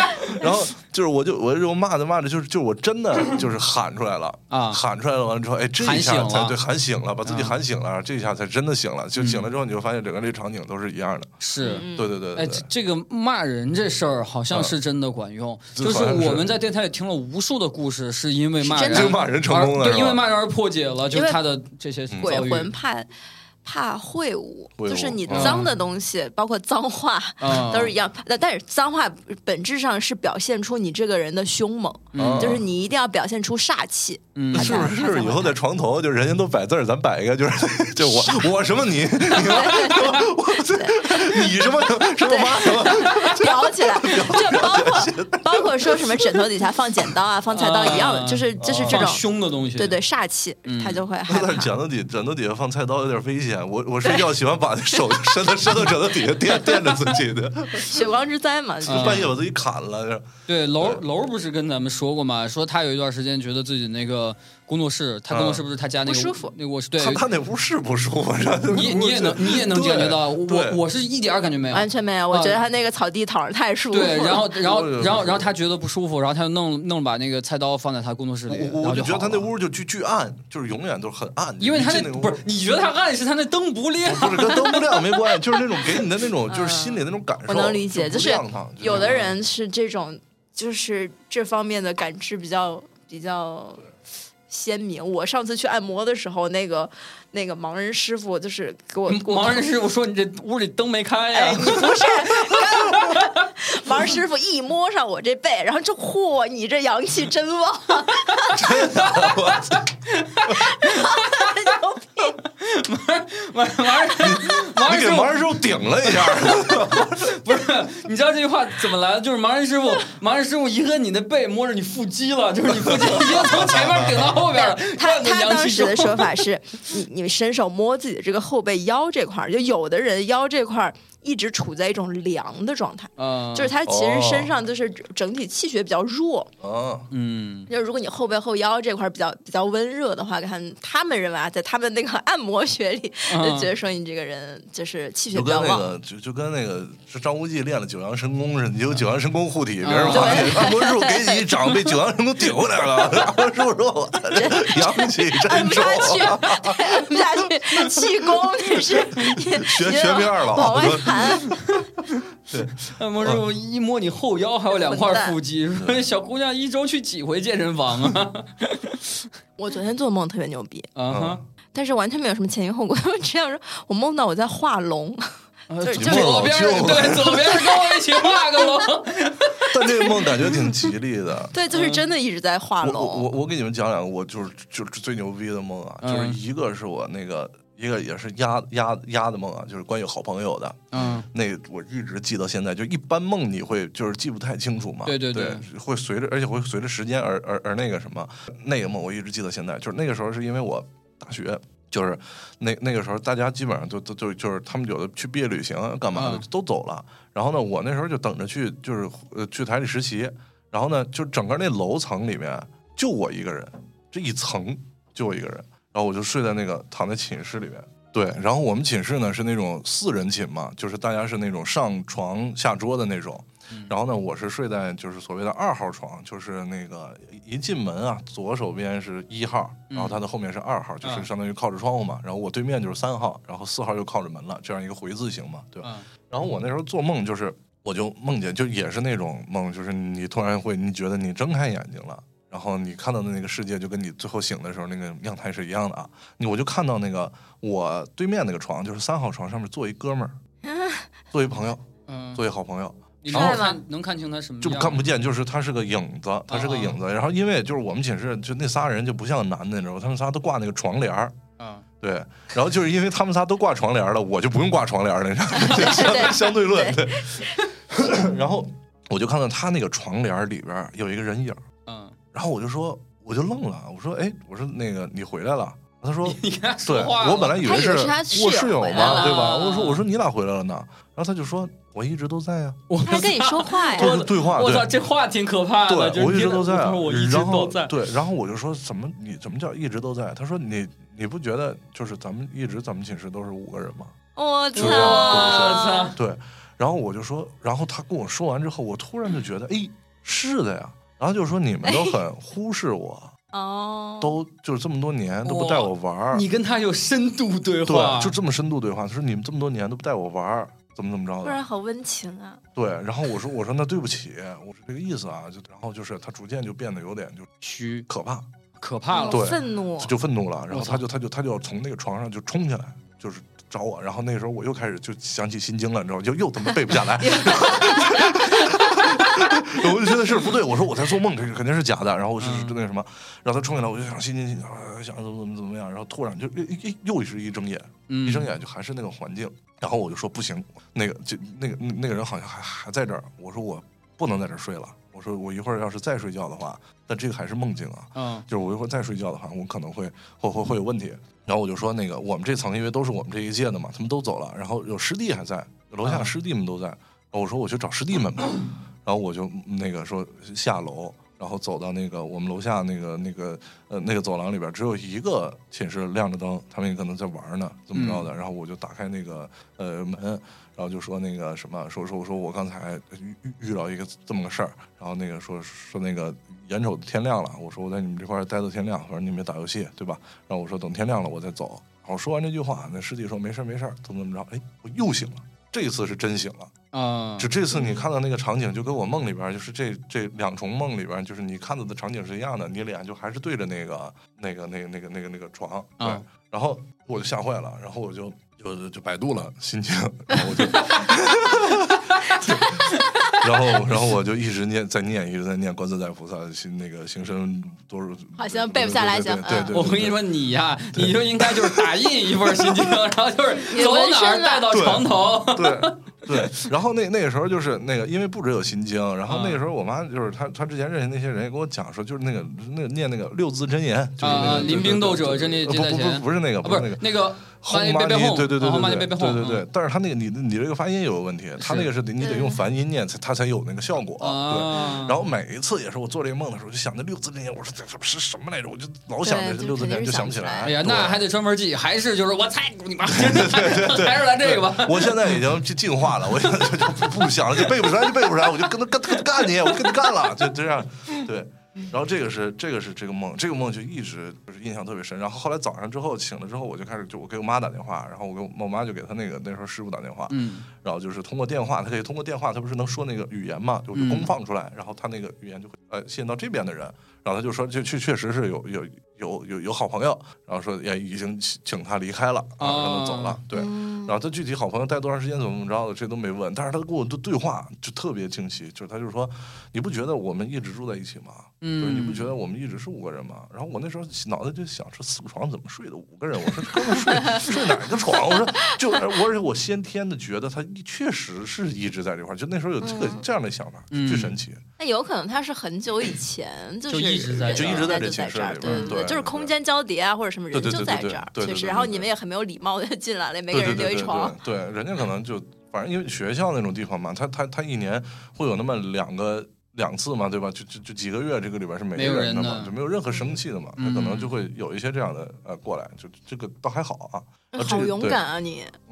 Speaker 4: 然后就是我就我就骂着骂着，就是就是我真的就是喊出来了
Speaker 5: 啊
Speaker 4: 喊出来了完之后，哎，这一
Speaker 5: 喊
Speaker 4: 下
Speaker 5: 醒
Speaker 4: 才
Speaker 5: 了
Speaker 4: 对喊醒了，把自己
Speaker 5: 嗯
Speaker 4: 喊醒了，这一下才真的醒了。就醒了之后，你就发现整个这场景都是一样的。
Speaker 5: 是。
Speaker 3: 嗯
Speaker 4: 对对对
Speaker 5: 哎，
Speaker 4: 对
Speaker 5: 这
Speaker 4: 对，
Speaker 5: 这个骂人这事儿好像是真的管用，
Speaker 4: 嗯
Speaker 5: 就是
Speaker 4: 好像是
Speaker 5: 我们在电台里听了无数的故事，是因为骂
Speaker 3: 是
Speaker 5: 人
Speaker 3: 真
Speaker 4: 就
Speaker 3: 的
Speaker 4: 骂人成
Speaker 5: 而
Speaker 4: 功了，
Speaker 5: 对，
Speaker 4: 是
Speaker 5: 因为
Speaker 4: 吧嗯
Speaker 5: 骂人而破解了，就
Speaker 3: 因
Speaker 5: 是
Speaker 3: 为
Speaker 5: 他的这些
Speaker 3: 鬼
Speaker 5: 遭遇
Speaker 3: 魂怕怕秽物，
Speaker 4: 秽物
Speaker 3: 就是你脏的东西，包括脏话。
Speaker 5: 啊
Speaker 3: 都是一样，但但是脏话本质上是表现出你这个人的凶猛，
Speaker 4: 啊
Speaker 3: 就是你一定要表现出煞气。
Speaker 5: 嗯
Speaker 3: 好
Speaker 4: 是不
Speaker 3: 的
Speaker 4: 是？是不是
Speaker 3: 好的
Speaker 4: 以后在床头，就人家都摆字儿，咱摆一个，就是 就我我什么你，你我我你什么什么妈什么，
Speaker 3: 裱起来，就包括包括说什么枕头底下放剪刀啊、放菜刀一样的，
Speaker 5: 啊
Speaker 3: 就是就是这
Speaker 5: 放
Speaker 3: 种，
Speaker 5: 凶的东西，
Speaker 3: 对对，煞气，他就会害
Speaker 4: 在
Speaker 3: 怕。
Speaker 4: 枕头底枕头底下放菜刀有点危险。我我睡觉喜欢把手伸到伸到枕头底下垫垫着自己的，
Speaker 3: 血光之灾嘛，就是
Speaker 5: 啊
Speaker 4: 半夜把自己砍了。
Speaker 5: 对，楼楼不是跟咱们说过嘛，说他有一段时间觉得自己那个工作室，他工作室不是他家那个
Speaker 3: 不舒
Speaker 5: 卧
Speaker 3: 服
Speaker 5: 那个卧室，对，
Speaker 4: 嗯他他那屋是不舒服，是吧
Speaker 5: 你你也能你也能感觉到，我
Speaker 4: 对
Speaker 5: 我是一点儿感觉没有，
Speaker 3: 完全没有。我
Speaker 5: 啊
Speaker 3: 觉得他那个草地躺着太舒服了。
Speaker 5: 对，然后然后
Speaker 4: 对对对
Speaker 5: 然后然后他觉得不舒服，然后他就弄弄把那个菜刀放在他工作室里，然
Speaker 4: 我我
Speaker 5: 后
Speaker 4: 就觉得
Speaker 5: 好
Speaker 4: 他那
Speaker 5: 了，
Speaker 4: 屋就巨巨暗，就是永远都是很暗。
Speaker 5: 因为他
Speaker 4: 你
Speaker 5: 那
Speaker 4: 进个屋
Speaker 5: 不是你觉得他暗是他那灯不亮，
Speaker 4: 不是跟灯不亮没关系，就是那种给你的那种就是心里那种感受。
Speaker 3: 嗯我能理解，
Speaker 4: 就
Speaker 3: 就
Speaker 4: 不
Speaker 3: 是
Speaker 4: 亮堂就
Speaker 3: 有
Speaker 4: 那
Speaker 3: 的
Speaker 4: 种
Speaker 3: 人是这种，就是这方面的感知比较比较鲜明。我上次去按摩的时候，那个那个盲人师傅就是给 我 给我
Speaker 5: 盲人师傅说你这屋里灯没开
Speaker 3: 哎，
Speaker 5: 呀
Speaker 3: 你，不是盲人师傅一摸上我这背，然后就嚯，你这阳气真旺， 牛逼！
Speaker 5: 盲盲人盲人
Speaker 4: 你给
Speaker 5: 师
Speaker 4: 盲
Speaker 5: 傅
Speaker 4: 人师傅顶了一下，
Speaker 5: 不是，你知道这句话怎么来的？就是盲人师傅，盲人师傅一摁你的背，摸着你腹肌了，就是你腹肌已经从前面顶到后边了。
Speaker 3: 他
Speaker 5: 让你
Speaker 3: 他
Speaker 5: 扬
Speaker 3: 当
Speaker 5: 起
Speaker 3: 时的
Speaker 5: 胸
Speaker 3: 说法是，你你伸手摸自己的这个后背腰这块儿，就有的人腰这块儿一直处在一种凉的状态，
Speaker 5: 嗯，
Speaker 3: 就是他其实
Speaker 4: 哦
Speaker 3: 身上就是整体气血比较弱，
Speaker 4: 啊，
Speaker 5: 嗯，
Speaker 3: 就是如果你后背后腰这块儿比较比较温热的话，看他们认为啊，在他们那个按摩学里，
Speaker 5: 嗯
Speaker 3: 就觉得说你这个人就是气血
Speaker 4: 嗯就
Speaker 3: 比较
Speaker 4: 跟那
Speaker 3: 旺。
Speaker 4: 个就就跟那个是张无忌练了九阳神功似的，你有九阳神功护体，别
Speaker 3: 嗯
Speaker 4: 人
Speaker 5: 啊
Speaker 4: 把你按摩师傅给你一掌，被九阳神功顶回来了，然后师傅说我阳气
Speaker 3: 按
Speaker 4: 真
Speaker 3: 哎不
Speaker 4: 重
Speaker 3: 下。 去，按不下去，气功那是
Speaker 4: 学
Speaker 3: 学
Speaker 4: 学面儿了
Speaker 3: 往外弹。
Speaker 5: 按摩师傅一摸你后腰，还有两块腹肌，说小姑娘一周去几回健身房啊？
Speaker 3: 我昨天做梦特别牛逼，
Speaker 5: 啊哈，
Speaker 3: 但是完全没有什么前因后果。 我只想说，我梦到我在画龙，
Speaker 4: 嗯
Speaker 5: 就是
Speaker 3: 你
Speaker 5: 就是
Speaker 4: 梦
Speaker 5: 啊左
Speaker 4: 老
Speaker 5: 边
Speaker 4: 舅了
Speaker 5: 对左边跟我一起画个龙，
Speaker 4: 但这个梦感觉挺吉利的。
Speaker 3: 对，
Speaker 5: 嗯
Speaker 3: 就是真的一直在画
Speaker 4: 我我我
Speaker 3: 龙。
Speaker 4: 我给你们讲两个，我就是就是最牛逼的梦啊，就是
Speaker 5: 嗯
Speaker 4: 一个是我那个一个也是压压压的梦啊，就是关于好朋友的。
Speaker 5: 嗯，
Speaker 4: 那个我一直记到现在，就一般梦你会就是记不太清楚嘛，
Speaker 5: 对对
Speaker 4: 对
Speaker 5: 对
Speaker 4: 会随着而且会随着时间而而而那个什么，那个梦我一直记到现在，就是那个时候是因为我大学。就是那那个时候，大家基本上就都就就是他们有的去毕业旅行啊干嘛的、
Speaker 5: 嗯
Speaker 4: 都走了，然后呢，我那时候就等着去就是呃去台里实习，然后呢，就整个那楼层里面就我一个人，这一层就我一个人，然后我就睡在那个躺在寝室里面。对，然后我们寝室呢是那种四人寝嘛，就是大家是那种上床下桌的那种。然后呢，我是睡在就是所谓的二号床，就是那个一一进门啊，左手边是一号，然后它的后面是二号，就是
Speaker 5: 嗯
Speaker 4: 相当于靠着窗户嘛。然后我对面就是三号，然后四号就靠着门了，这样一个回字形嘛，对吧？
Speaker 5: 嗯
Speaker 4: 然后我那时候做梦就是，我就梦见，就也是那种梦，就是你突然会，你觉得你睁开眼睛了，然后你看到的那个世界就跟你最后醒的时候那个样态是一样的啊。你我就看到那个我对面那个床，就是三号床上面坐一哥们儿，坐一朋友，
Speaker 5: 嗯，
Speaker 4: 坐一好朋友，
Speaker 5: 你
Speaker 4: 然
Speaker 5: 能
Speaker 4: 后
Speaker 5: 看能看清他什么
Speaker 4: 就
Speaker 5: 样
Speaker 4: 看不见，就是他是个影子，他是个影子。然后因为就是我们寝室就那仨人就不像男的，你知道吗？他们仨都挂那个床帘儿。
Speaker 5: 啊？
Speaker 4: 对，然后就是因为他们仨都挂床帘儿了，我就不用挂床帘儿了，你知道吗？
Speaker 3: 对
Speaker 4: 相对论。对然后我就看到他那个床帘儿里边儿有一个人影儿，
Speaker 5: 嗯
Speaker 4: 然后我就说，我就愣了，我说，哎，我说那个你回来了，他说
Speaker 5: 你跟他
Speaker 4: 对
Speaker 5: 说话了，
Speaker 4: 我本来以为
Speaker 3: 他以为是他室
Speaker 4: 我
Speaker 3: 友
Speaker 4: 室友
Speaker 3: 回来
Speaker 4: 嘛，
Speaker 5: 了啊
Speaker 4: 对吧？我说我说你咋回来了呢？然后他就说我一直都在啊呀，
Speaker 5: 我
Speaker 1: 他跟你说话呀
Speaker 4: 这，是对话，
Speaker 5: 我
Speaker 4: 对
Speaker 5: 操，这话挺可怕的，
Speaker 4: 对，
Speaker 5: 就是
Speaker 4: 我一
Speaker 5: 你
Speaker 4: 直都
Speaker 5: 老
Speaker 4: 在
Speaker 5: 他
Speaker 4: 啊，
Speaker 5: 说我一直
Speaker 4: 然后
Speaker 5: 都在，
Speaker 4: 对，然后我就说怎么你怎么叫一直都在？他说你你不觉得就是咱们一直咱们寝室都是五个人吗？
Speaker 1: 我
Speaker 4: 对我
Speaker 1: 操
Speaker 5: 操！
Speaker 4: 对，然后我就说，然后他跟我说完之后，我突然就觉得，哎，是的呀。然后就说你们 都很忽视我，
Speaker 3: 哦，
Speaker 4: 都就是这么多年都不带我玩儿，
Speaker 5: 你跟他有深度对话，
Speaker 4: 对，就这么深度对话。他说你们这么多年都不带我玩儿，怎么怎么着
Speaker 3: 不然
Speaker 4: 的？
Speaker 3: 好温情啊。
Speaker 4: 对，然后我说我说那对不起，我说这个意思啊，就然后就是他逐渐就变得有点就
Speaker 5: 虚
Speaker 4: 可怕，
Speaker 5: 可怕了。
Speaker 4: 啊对
Speaker 3: 愤怒
Speaker 4: 他，就愤怒了，然后
Speaker 5: 我操
Speaker 4: 他就他就他就从那个床上就冲起来，就是找我。然后那个时候我又开始就想起心经了，你知道吗？就又他妈背不下 来， 我就觉得是不对。我说我在做梦，这个肯定是假的。然后我就是
Speaker 5: 嗯
Speaker 4: 那个什么，然后他冲进来，我就想心经心经，啊想怎么怎么怎么样。然后突然就一一又是一睁眼，
Speaker 5: 嗯
Speaker 4: 一睁眼就还是那个环境。然后我就说不行，那个就那个那个人好像还还在这儿。我说我不能在这儿睡了。我说我一会儿要是再睡觉的话，那这个还是梦境啊。
Speaker 5: 嗯，
Speaker 4: 就是我一会儿再睡觉的话，我可能会会会会有问题。然后我就说那个我们这层因为都是我们这一届的嘛，他们都走了，然后有师弟还在，楼下
Speaker 5: 嗯
Speaker 4: 师弟们都在。然后我说我去找师弟们吧，然后我就那个说下楼，然后走到那个我们楼下那个那个呃那个走廊里边，只有一个寝室亮着灯，他们也可能在玩呢，怎么着
Speaker 5: 嗯
Speaker 4: 的。然后我就打开那个呃门，然后就说那个什么，说说我说我刚才遇遇遇到一个这么个事儿，然后那个说说那个眼瞅着天亮了，我说我在你们这块儿待到天亮，反正你们也打游戏对吧？然后我说等天亮了我再走。然后说完这句话，那师弟说没事儿没事儿，怎么怎么着？哎，我又醒了，这一次是真醒了。
Speaker 5: 啊，
Speaker 4: 就这次
Speaker 3: 嗯
Speaker 4: 你看到那个场景，就跟我梦里边儿，就是这这两重梦里边儿，就是你看到的场景是一样的，你脸就还是对着那个那个那个那个那个那个床，对。
Speaker 5: 啊
Speaker 4: 然后我就吓坏了，然后我就就就百度了心情，然 后我就，然后然后我就一直念在念一直在念观自在菩萨心那个行深多少，
Speaker 3: 好像背不下来
Speaker 4: 对
Speaker 3: 行
Speaker 4: 对对对对
Speaker 3: 嗯
Speaker 4: 对，
Speaker 5: 我跟你说，你呀、你就应该就是打印一份心经，然后就是走
Speaker 3: 纹身
Speaker 5: 哪儿带
Speaker 3: 了
Speaker 5: 到
Speaker 4: 对
Speaker 5: 床头。
Speaker 4: 对对，然后那那个时候就是那个，因为不只有心经，然后
Speaker 5: 啊
Speaker 4: 那个时候我妈就是她，她之前认识那些人也跟我讲说，就是那个那个念那个六字真言，就是那
Speaker 5: 啊
Speaker 4: 个
Speaker 5: 临兵斗者
Speaker 4: 对
Speaker 5: 真
Speaker 4: 对
Speaker 5: 的
Speaker 4: 对
Speaker 5: 真在
Speaker 4: 不不
Speaker 5: 前
Speaker 4: 不不是那个
Speaker 5: 啊，
Speaker 4: 不是那个。
Speaker 5: 那个
Speaker 4: 后
Speaker 5: 翻译
Speaker 4: 妈
Speaker 5: 别别
Speaker 4: 尼
Speaker 5: 哄，
Speaker 4: 对对对
Speaker 5: 后妈
Speaker 4: 对
Speaker 5: 尼别别
Speaker 4: 对对
Speaker 5: 哄，嗯
Speaker 4: 对对，但是他那个你你这个发音也有问题，他
Speaker 5: 是
Speaker 4: 那个是得你得用梵音念才他才有那个效果，
Speaker 5: 嗯
Speaker 4: 对。
Speaker 5: 啊，
Speaker 4: 然后每一次也是我做这个梦的时候，就想那六字真言，我说这这是什么来着？我就老想
Speaker 3: 对
Speaker 4: 着
Speaker 3: 就
Speaker 4: 这六字
Speaker 3: 肯定
Speaker 4: 真言，
Speaker 3: 是
Speaker 4: 就
Speaker 3: 想
Speaker 4: 想不
Speaker 3: 不
Speaker 4: 起
Speaker 3: 起
Speaker 4: 来。
Speaker 5: 哎呀，
Speaker 4: 对
Speaker 5: 那还得专门记，还是就是我猜你妈，还是来这个吧。
Speaker 4: 我现在已经进进化了，我现在就就不想了，就背不出来就背不出来，我就跟他干干干你，我跟他干了，就这样。对，然后这个是这个是这个梦，这个梦就一直就是印象特别深。然后后来早上之后醒了之后，我就开始就我给我妈打电话，然后我给我我妈就给她那个那时候师傅打电话，
Speaker 5: 嗯，
Speaker 4: 然后就是通过电话，她可以通过电话，她不是能说那个语言嘛，就我就公放出来，然后她那个语言就会呃吸引到这边的人，然后她就说这确确实是有有有有有好朋友，然后说哎也已经请请他离开了，啊然后让他走了
Speaker 5: 哦，
Speaker 4: 对。然后他具体好朋友待多长时间怎么怎么着的，这都没问。但是他跟我的对话就特别清晰，就是他就说，你不觉得我们一直住在一起吗？
Speaker 5: 嗯
Speaker 4: 就是你不觉得我们一直是五个人吗？然后我那时候脑袋就想，这四个床怎么睡的？五个人，我说这哥们儿睡睡哪个床？我说就，而且我先天的觉得他一确实是一直在这块儿，就那时候有这个、这样的想法，
Speaker 5: 嗯
Speaker 4: 巨神奇。
Speaker 3: 那有可能他是很久以前就是
Speaker 5: 就一直在这
Speaker 4: 儿就一直在
Speaker 3: 在
Speaker 4: 这寝室
Speaker 3: 这儿，
Speaker 4: 里
Speaker 3: 对
Speaker 4: 边
Speaker 3: 对，
Speaker 4: 对
Speaker 3: 就是空间交叠啊或者什么人
Speaker 4: 对对
Speaker 3: 就
Speaker 4: 对
Speaker 3: 在
Speaker 4: 对
Speaker 3: 这儿，
Speaker 4: 对对
Speaker 3: 确实。
Speaker 4: 对
Speaker 3: 然后
Speaker 4: 对
Speaker 3: 你们也很没有礼貌的进来了，也没
Speaker 4: 对
Speaker 3: 给
Speaker 4: 对
Speaker 3: 人留
Speaker 4: 对
Speaker 3: 一
Speaker 4: 对
Speaker 3: 床，
Speaker 4: 对，对人家可能就反正因为学校那种地方嘛，他他他一年会有那么两个两次嘛，对吧？就就就几个月这个里边是没
Speaker 5: 没有
Speaker 4: 人的
Speaker 5: 人
Speaker 4: 嘛，
Speaker 5: 的
Speaker 4: 就没有任何生气的嘛，那
Speaker 5: 嗯
Speaker 4: 可能就会有一些这样的呃过来，就这个倒还好啊。啊这
Speaker 3: 好
Speaker 4: 个
Speaker 3: 勇
Speaker 4: 对
Speaker 3: 敢啊你！
Speaker 4: 嗯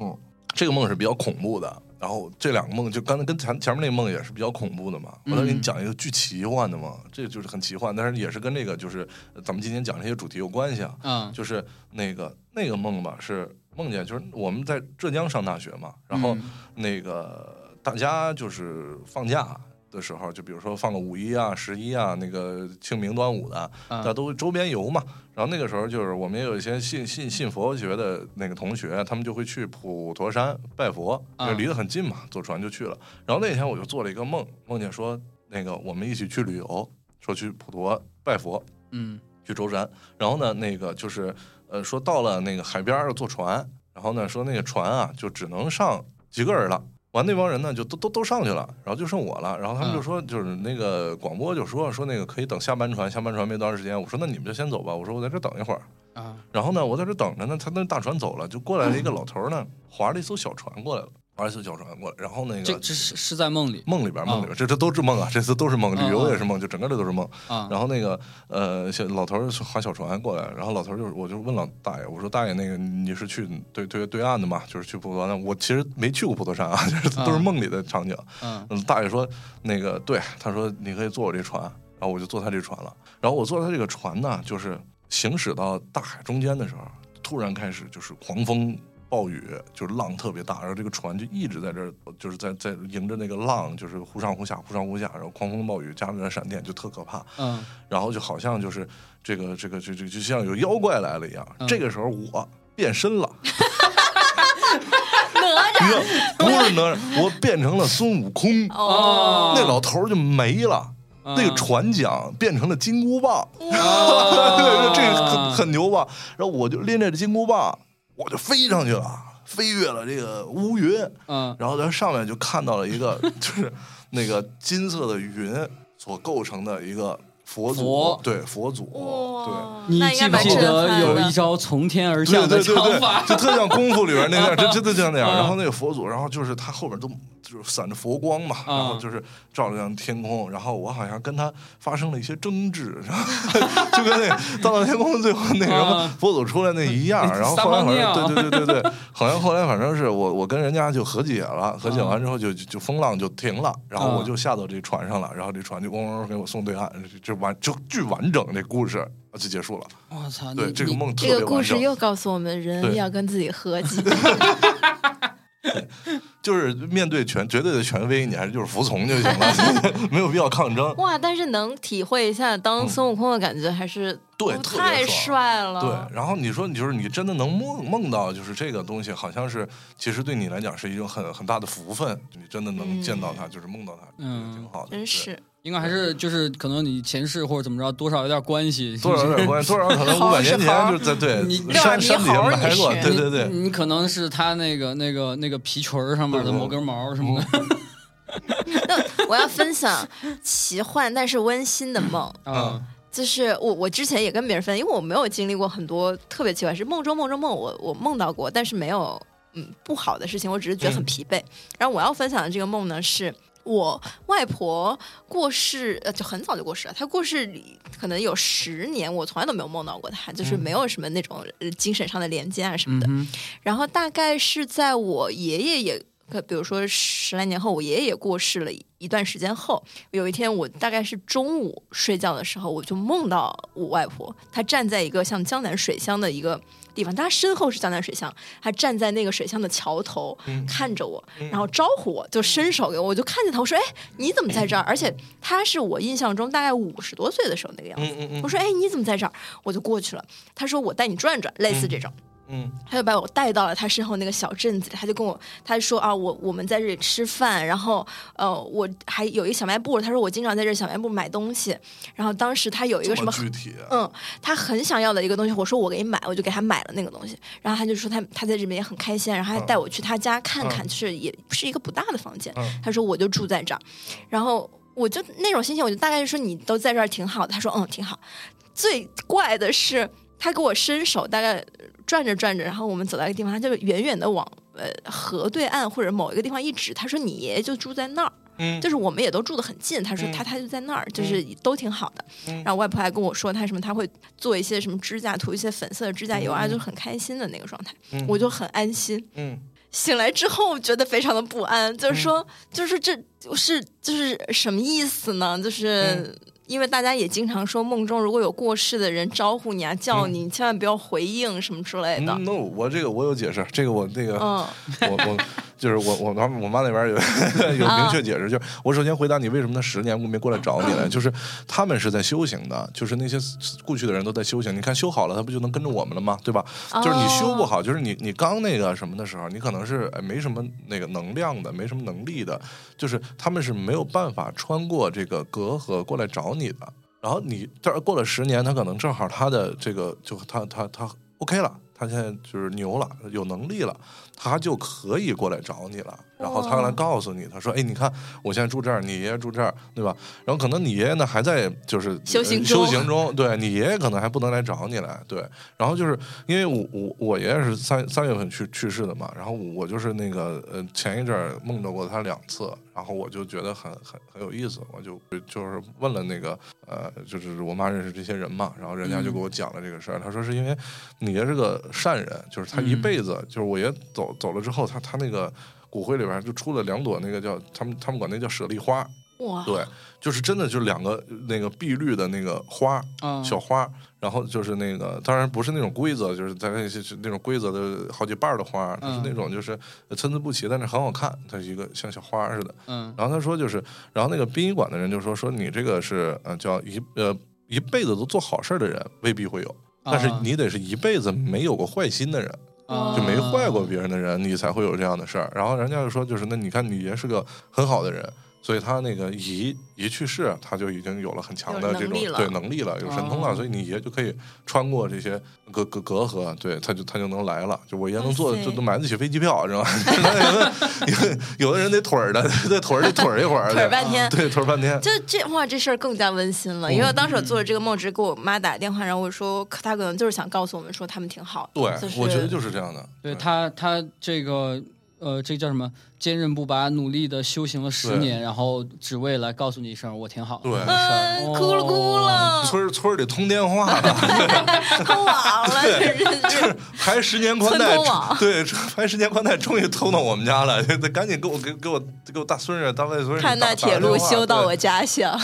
Speaker 4: 这个梦是比较恐怖的，然后这两个梦就刚才跟前前面那个梦也是比较恐怖的嘛。我再给你讲一个巨奇幻的梦，这个就是很奇幻，但是也是跟这个就是呃咱们今天讲这些主题有关系啊。
Speaker 5: 嗯
Speaker 4: 就是那个那个梦吧，是梦见，就是我们在浙江上大学嘛，然后
Speaker 5: 嗯
Speaker 4: 那个大家就是放假的时候，就比如说放个五一啊、十一啊，那个清明、端午的，大家
Speaker 5: 嗯
Speaker 4: 都周边游嘛。然后那个时候就是我们也有一些信信信佛学的那个同学，他们就会去普陀山拜佛，
Speaker 5: 啊
Speaker 4: 就离得很近嘛，坐船就去了。然后那天我就做了一个梦，梦见说那个我们一起去旅游，说去普陀拜佛，
Speaker 5: 嗯
Speaker 4: 去舟山，然后呢，那个就是呃，说到了那个海边儿要坐船，然后呢，说那个船啊，就只能上几个人了。完那帮人呢就都都都上去了，然后就剩我了，然后他们就说就是那个广播就说说那个可以等下班船，下班船没多长时间，我说那你们就先走吧，我说我在这等一会儿，
Speaker 5: 啊，
Speaker 4: 然后呢，我在这等着呢，他那大船走了，就过来了一个老头儿呢，划了一艘小船过来了，划了一艘小船过来，然后那
Speaker 5: 这
Speaker 4: 个
Speaker 5: 这是是在梦里
Speaker 4: 梦里边
Speaker 5: 啊
Speaker 4: 儿梦里边儿，这这都是梦啊，这次都是梦，
Speaker 5: 啊
Speaker 4: 旅游也是梦，就整个的都是梦。
Speaker 5: 啊，
Speaker 4: 然后那个呃，小老头儿是划小船过来，然后老头儿就是，我就问老大爷，我说大爷，那个你是去对对对岸的嘛？就是去普陀山，我其实没去过普陀山啊， 就是
Speaker 5: 啊
Speaker 4: 都是梦里的场景。
Speaker 5: 嗯
Speaker 4: 嗯，大爷说那个对，他说你可以坐我这船，然后我就坐他这船了。然后我坐他这个船呢，就是行驶到大海中间的时候，突然开始就是狂风暴雨，就是浪特别大，然后这个船就一直在这儿，就是在在迎着那个浪，就是忽上忽下，忽上忽下，然后狂风暴雨加上闪电，就特可怕。
Speaker 5: 嗯
Speaker 4: 然后就好像就是这个这个这这就像有妖怪来了一样。
Speaker 5: 嗯
Speaker 4: 这个时候我变身了，
Speaker 3: 哪吒
Speaker 4: 不是哪吒，我变成了孙悟空，
Speaker 5: 哦
Speaker 4: 那老头儿就没了。
Speaker 5: 嗯
Speaker 4: 那个船桨变成了金箍棒，
Speaker 5: 啊
Speaker 4: 这个很很牛吧？然后我就拎着这金箍棒，我就飞上去了，飞越了这个乌云，
Speaker 5: 嗯
Speaker 4: 然后在上面就看到了一 个就是那个金色的云所构成的一个佛祖，
Speaker 5: 佛
Speaker 4: 对佛祖，对。
Speaker 3: 哇，
Speaker 1: 你
Speaker 3: 那应
Speaker 1: 记
Speaker 3: 该
Speaker 1: 不
Speaker 3: 蛮
Speaker 1: 记
Speaker 3: 震
Speaker 1: 得
Speaker 3: 撼
Speaker 1: 有
Speaker 3: 的
Speaker 1: 一招从天而
Speaker 4: 对
Speaker 1: 降
Speaker 4: 对
Speaker 1: 的
Speaker 4: 对
Speaker 1: 唱
Speaker 4: 对
Speaker 1: 法？，
Speaker 4: 就特像功夫里边那样，真真的像那样。
Speaker 5: 啊
Speaker 4: 然后那个佛祖，然后就是他后边都就是闪着佛光嘛，然
Speaker 5: 啊
Speaker 4: 后就是照亮天空。然后我好像跟他发生了一些争执，然后 就跟那个《大闹天宫》最后那什么
Speaker 5: 啊
Speaker 4: 佛祖出来那一样。然后
Speaker 5: 撒
Speaker 4: 后来
Speaker 5: 泡
Speaker 4: 反
Speaker 5: 尿
Speaker 4: 正对对 对对对，好像后来反正是我我跟人家就和解了，和解完之后就就就风浪就停了，然后
Speaker 5: 啊
Speaker 4: 我就下到这船上了，然后这船就嗡嗡嗡给我送对岸，就就完就巨完整这故事就结束了。
Speaker 5: 我操，
Speaker 4: 对
Speaker 5: 你
Speaker 4: 这个
Speaker 5: 你
Speaker 4: 梦特
Speaker 3: 这
Speaker 4: 别
Speaker 3: 个故
Speaker 4: 完
Speaker 3: 事
Speaker 4: 整
Speaker 3: 又告诉我们，人
Speaker 4: 对
Speaker 3: 要跟自己 和解。
Speaker 4: 就是面对权绝对的权威，你还是就是服从就行了， 没有必要抗 争。
Speaker 3: 哇，但是能体会一下当
Speaker 4: 嗯
Speaker 3: 孙悟空的感觉，还是
Speaker 4: 对
Speaker 3: 哦
Speaker 4: 特别
Speaker 3: 太
Speaker 4: 爽
Speaker 3: 帅了。
Speaker 4: 对，然后你说，你就是你真的能梦梦到，就是这个东西，好像是其实对你来讲是一种很很大的福分，你真的能见到它，就是梦到它，
Speaker 5: 嗯
Speaker 4: 挺好的。
Speaker 3: 真
Speaker 4: 对
Speaker 3: 是
Speaker 5: 应该还是就是可能你前世或者怎么着，多少有点关系。
Speaker 4: 多少有点关系，多少可能五百年前就是在
Speaker 5: 你
Speaker 4: 对
Speaker 3: 六耳
Speaker 4: 山
Speaker 3: 猕
Speaker 4: 山底下
Speaker 3: 猴
Speaker 4: 埋
Speaker 3: 你
Speaker 4: 过，
Speaker 3: 是
Speaker 4: 对对对，
Speaker 5: 你你可能是他那个那个那个皮裙儿上面的某根毛什么的
Speaker 3: 我要分享奇幻但是温馨的梦，
Speaker 4: 嗯
Speaker 5: 啊
Speaker 3: 就是我我之前也跟别人分，因为我没有经历过很多特别奇怪，是梦中梦中梦，我我梦到过，但是没有嗯不好的事情，我只是觉得很疲惫。然后我要分享的这个梦呢是。我外婆过世，呃，就很早就过世了。她过世可能有十年，我从来都没有梦到过她，就是没有什么那种呃精神上的连接啊什么的。
Speaker 5: 嗯
Speaker 3: 然后大概是在我爷爷也，可比如说十来年后，我爷爷也过世了一段时间后，有一天我大概是中午睡觉的时候，我就梦到我外婆，她站在一个像江南水乡的一个地方，她身后是江南水乡，她站在那个水乡的桥头、
Speaker 4: 嗯
Speaker 3: 看着我，然后招呼我，就伸手给我，我就看见她，我说：“哎，你怎么在这儿？”而且她是我印象中大概五十多岁的时候那个样子。
Speaker 4: 嗯嗯
Speaker 3: 我
Speaker 4: 嗯
Speaker 3: 说：“哎，你怎么在这儿？”我就过去了。她说：“我带你转转，类似这种。
Speaker 4: 嗯
Speaker 3: 他就把我带到了他身后那个小镇子里，他就跟我，他就说啊，我我们在这里吃饭，然后呃，我还有一小卖部，他说我经常在这小卖部买东西，然后当时他有一
Speaker 4: 这
Speaker 3: 个什
Speaker 4: 么
Speaker 3: 么。
Speaker 4: 具体，啊
Speaker 3: 嗯，他很想要的一个东西，我说我给你买，我就给他买了那个东西。然后他就说他他在这边也很开心，啊然后还带我去他家看看，是也是一个不大的房间。
Speaker 4: 嗯
Speaker 3: 他说我就住在这儿，然后我就那种心情，我就大概就说你都在这儿挺好的。他说嗯挺好。最怪的是他给我伸手，大概转着转着，然后我们走到一个地方，他就远远的往呃河对岸或者某一个地方一指，他说你爷爷就住在那儿。
Speaker 4: 嗯
Speaker 3: 就是我们也都住得很近，他说
Speaker 4: 嗯
Speaker 3: 他他就在那儿，就是都挺好的。
Speaker 4: 嗯
Speaker 3: 然后外婆还跟我说，他什么他会做一些什么指甲，涂一些粉色的指甲油啊，就很开心的那个状态，
Speaker 4: 嗯
Speaker 3: 我就很安心。
Speaker 4: 嗯
Speaker 3: 醒来之后觉得非常的不安，就是说，就是这就是就是什么意思呢？就是。
Speaker 4: 嗯
Speaker 3: 因为大家也经常说，梦中如果有过世的人招呼你啊、叫你，你千万不要回应什么之类的。
Speaker 4: 嗯，no，我这个我有解释，这个我那个
Speaker 3: 嗯，
Speaker 4: 我我就是我我妈我妈那边有 有明确解释，就是我首先回答你为什么他十年没过来找你了，就是他们是在修行的，就是那些过去的人都在修行，你看修好了，他不就能跟着我们了吗？对吧？就是你修不好，就是你你刚那个什么的时候，你可能是哎没什么那个能量的，没什么能力的，就是他们是没有办法穿过这个隔阂过来找你的。然后你这儿过了十年，他可能正好他的这个就他他他 OK 了，他现在就是牛了，有能力了，他就可以过来找你了。然后他来告诉你，他说：“哎，你看我现在住这儿，你爷爷住这儿，对吧？然后可能你爷爷呢还在就是
Speaker 3: 修行
Speaker 4: 呃
Speaker 3: 中
Speaker 4: 修行中，对你爷爷可能还不能来找你来，对。然后就是因为我我我爷爷是三三月份去去世的嘛，然后我就是那个呃前一阵儿梦到过他两次，然后我就觉得很很很有意思，我就就是问了那个呃就是我妈认识这些人嘛，然后人家就给我讲了这个事儿，他说是因为你爷是个善人，就是他一
Speaker 5: 嗯
Speaker 4: 辈子，就是我爷走走了之后，他他那个骨灰里边就出了两朵那个叫他们他们管那叫舍利花，
Speaker 3: 哇，
Speaker 4: 对，就是真的就是两个那个碧绿的那个花
Speaker 5: 啊，
Speaker 4: 小花，然后就是那个当然不是那种规则，就是在那些是那种规则的好几瓣儿的花，它是
Speaker 5: 嗯
Speaker 4: 那种就是参差不齐，但是很好看，它是一个像小花似的。
Speaker 5: 嗯
Speaker 4: 然后他说就是，然后那个殡仪馆的人就说说你这个是呃叫一呃一辈子都做好事儿的人未必会有。但是
Speaker 5: 啊
Speaker 4: 你得是一辈子没有过坏心的人，
Speaker 5: 嗯
Speaker 4: 就
Speaker 3: 啊
Speaker 4: 没坏过别人的人，你才会有这样的事儿。然后人家就说，就是那你看你爷是个很好的人，所以他那个一一去世，他就已经有了很强的
Speaker 3: 有
Speaker 4: 这
Speaker 3: 能
Speaker 4: 种
Speaker 3: 力了
Speaker 4: 对能力了，有神通了，
Speaker 5: 哦
Speaker 4: 所以你爷就可以穿过这些隔隔隔阂，对，他就他就能来了。就我爷能坐，
Speaker 3: 哇塞
Speaker 4: 就能买得起飞机票，知 道吗？有的有的人得腿儿的，得腿儿得腿儿一会儿，啊
Speaker 3: 腿儿半天。
Speaker 4: 对腿儿半天，
Speaker 3: 就这哇，这事儿更加温馨了，
Speaker 4: 哦
Speaker 3: 因为我当时我做了这个梦，只给我妈打电话，然后我说，可她可能就是想告诉我们说他们挺好的，
Speaker 4: 对
Speaker 3: 就是，
Speaker 4: 我觉得就是这样的。
Speaker 5: 对他，他这个呃，这叫什么？坚韧不拔，努力的修行了十
Speaker 4: 对
Speaker 5: 年，然后只为来告诉你一声，我挺好。
Speaker 4: 对
Speaker 5: 没事儿哦
Speaker 3: 嗯，哭了哭，了，
Speaker 4: 村儿村儿里通电话的，
Speaker 3: 偷网了，这
Speaker 4: 就
Speaker 3: 这
Speaker 4: 是排十年宽带
Speaker 3: 村通网，
Speaker 4: 对，排十年宽带终于偷到我们家了， 得赶紧给我给给我给我大孙女、大外孙女
Speaker 3: 看那
Speaker 4: 打
Speaker 3: 铁路修到。
Speaker 4: 打
Speaker 3: 我家乡，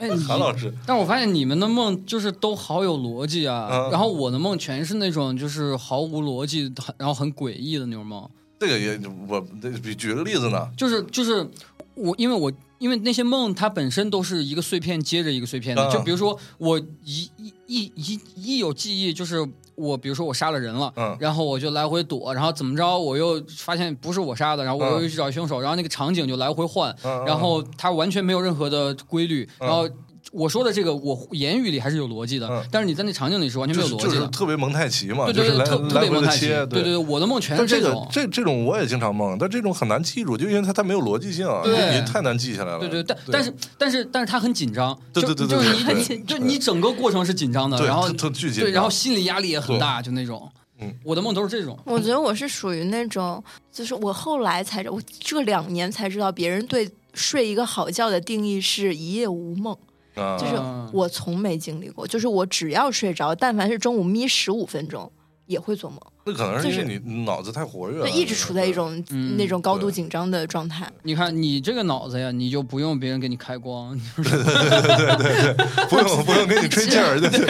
Speaker 5: 哎，你
Speaker 4: 电话对韩老师，
Speaker 5: 但我发现你们的梦就是都好有逻辑啊，
Speaker 4: 嗯
Speaker 5: 然后我的梦全是那种就是毫无逻辑，很然后很诡异的那种梦，
Speaker 4: 这个也我这比举个例子呢，
Speaker 5: 就是就是我因为我因为那些梦它本身都是一个碎片接着一个碎片的，
Speaker 4: 嗯
Speaker 5: 就比如说我一一一一一有记忆就是。我比如说我杀了人了，
Speaker 4: 嗯
Speaker 5: 然后我就来回躲，然后怎么着我又发现不是我杀的，然后我
Speaker 4: 嗯
Speaker 5: 又去找凶手，然后那个场景就来回换，
Speaker 4: 嗯
Speaker 5: 然后它完全没有任何的规律，
Speaker 4: 嗯
Speaker 5: 然后我说的这个我言语里还是有逻辑的，
Speaker 4: 嗯
Speaker 5: 但是你在那场景里是完全
Speaker 4: 就
Speaker 5: 没有逻
Speaker 4: 是就
Speaker 5: 辑
Speaker 4: 是
Speaker 5: 的，
Speaker 4: 特别蒙太奇嘛，
Speaker 5: 对对
Speaker 4: 就
Speaker 5: 对，
Speaker 4: 是来
Speaker 5: 特特别
Speaker 4: 来回
Speaker 5: 蒙
Speaker 4: 的
Speaker 5: 太奇，
Speaker 4: 切，
Speaker 5: 对对，我的梦全是
Speaker 4: 但这个
Speaker 5: 种。
Speaker 4: 这这种我也经常梦，但这种很难记住，就因为它它没有逻辑性，
Speaker 5: 对
Speaker 4: 你你太难记下来了。
Speaker 5: 对对，但但是但是但是他很紧张，
Speaker 4: 对
Speaker 5: 就
Speaker 4: 对对
Speaker 5: 就
Speaker 4: 对
Speaker 5: 是
Speaker 4: 对
Speaker 5: 你
Speaker 4: 对
Speaker 5: 就你整个过程是紧张的，
Speaker 4: 对
Speaker 5: 然后
Speaker 4: 特特巨紧
Speaker 5: 对，然后
Speaker 4: 张
Speaker 5: 心理压力也很大，就那种
Speaker 4: 嗯，
Speaker 5: 我的梦都是这种，
Speaker 3: 我觉得我是属于那种，就是我后来才知，我这两年才知道，别人对睡一个好觉的定义是一夜无梦，
Speaker 4: 啊
Speaker 3: 就是
Speaker 5: 嗯
Speaker 3: 我从没经历过，就是我只要睡着，但凡是中午眯十五分钟。也会做梦，
Speaker 4: 那可能是因
Speaker 3: 就
Speaker 4: 为
Speaker 3: 是
Speaker 4: 你脑子太活跃
Speaker 3: 就
Speaker 4: 了，
Speaker 3: 一直处在一种
Speaker 4: 啊
Speaker 5: 嗯
Speaker 3: 那种高度
Speaker 4: 对
Speaker 3: 紧张的状态。
Speaker 5: 你看你这个脑子呀，你就不用别人给你开光，
Speaker 4: 不用不用给你吹 劲儿，对对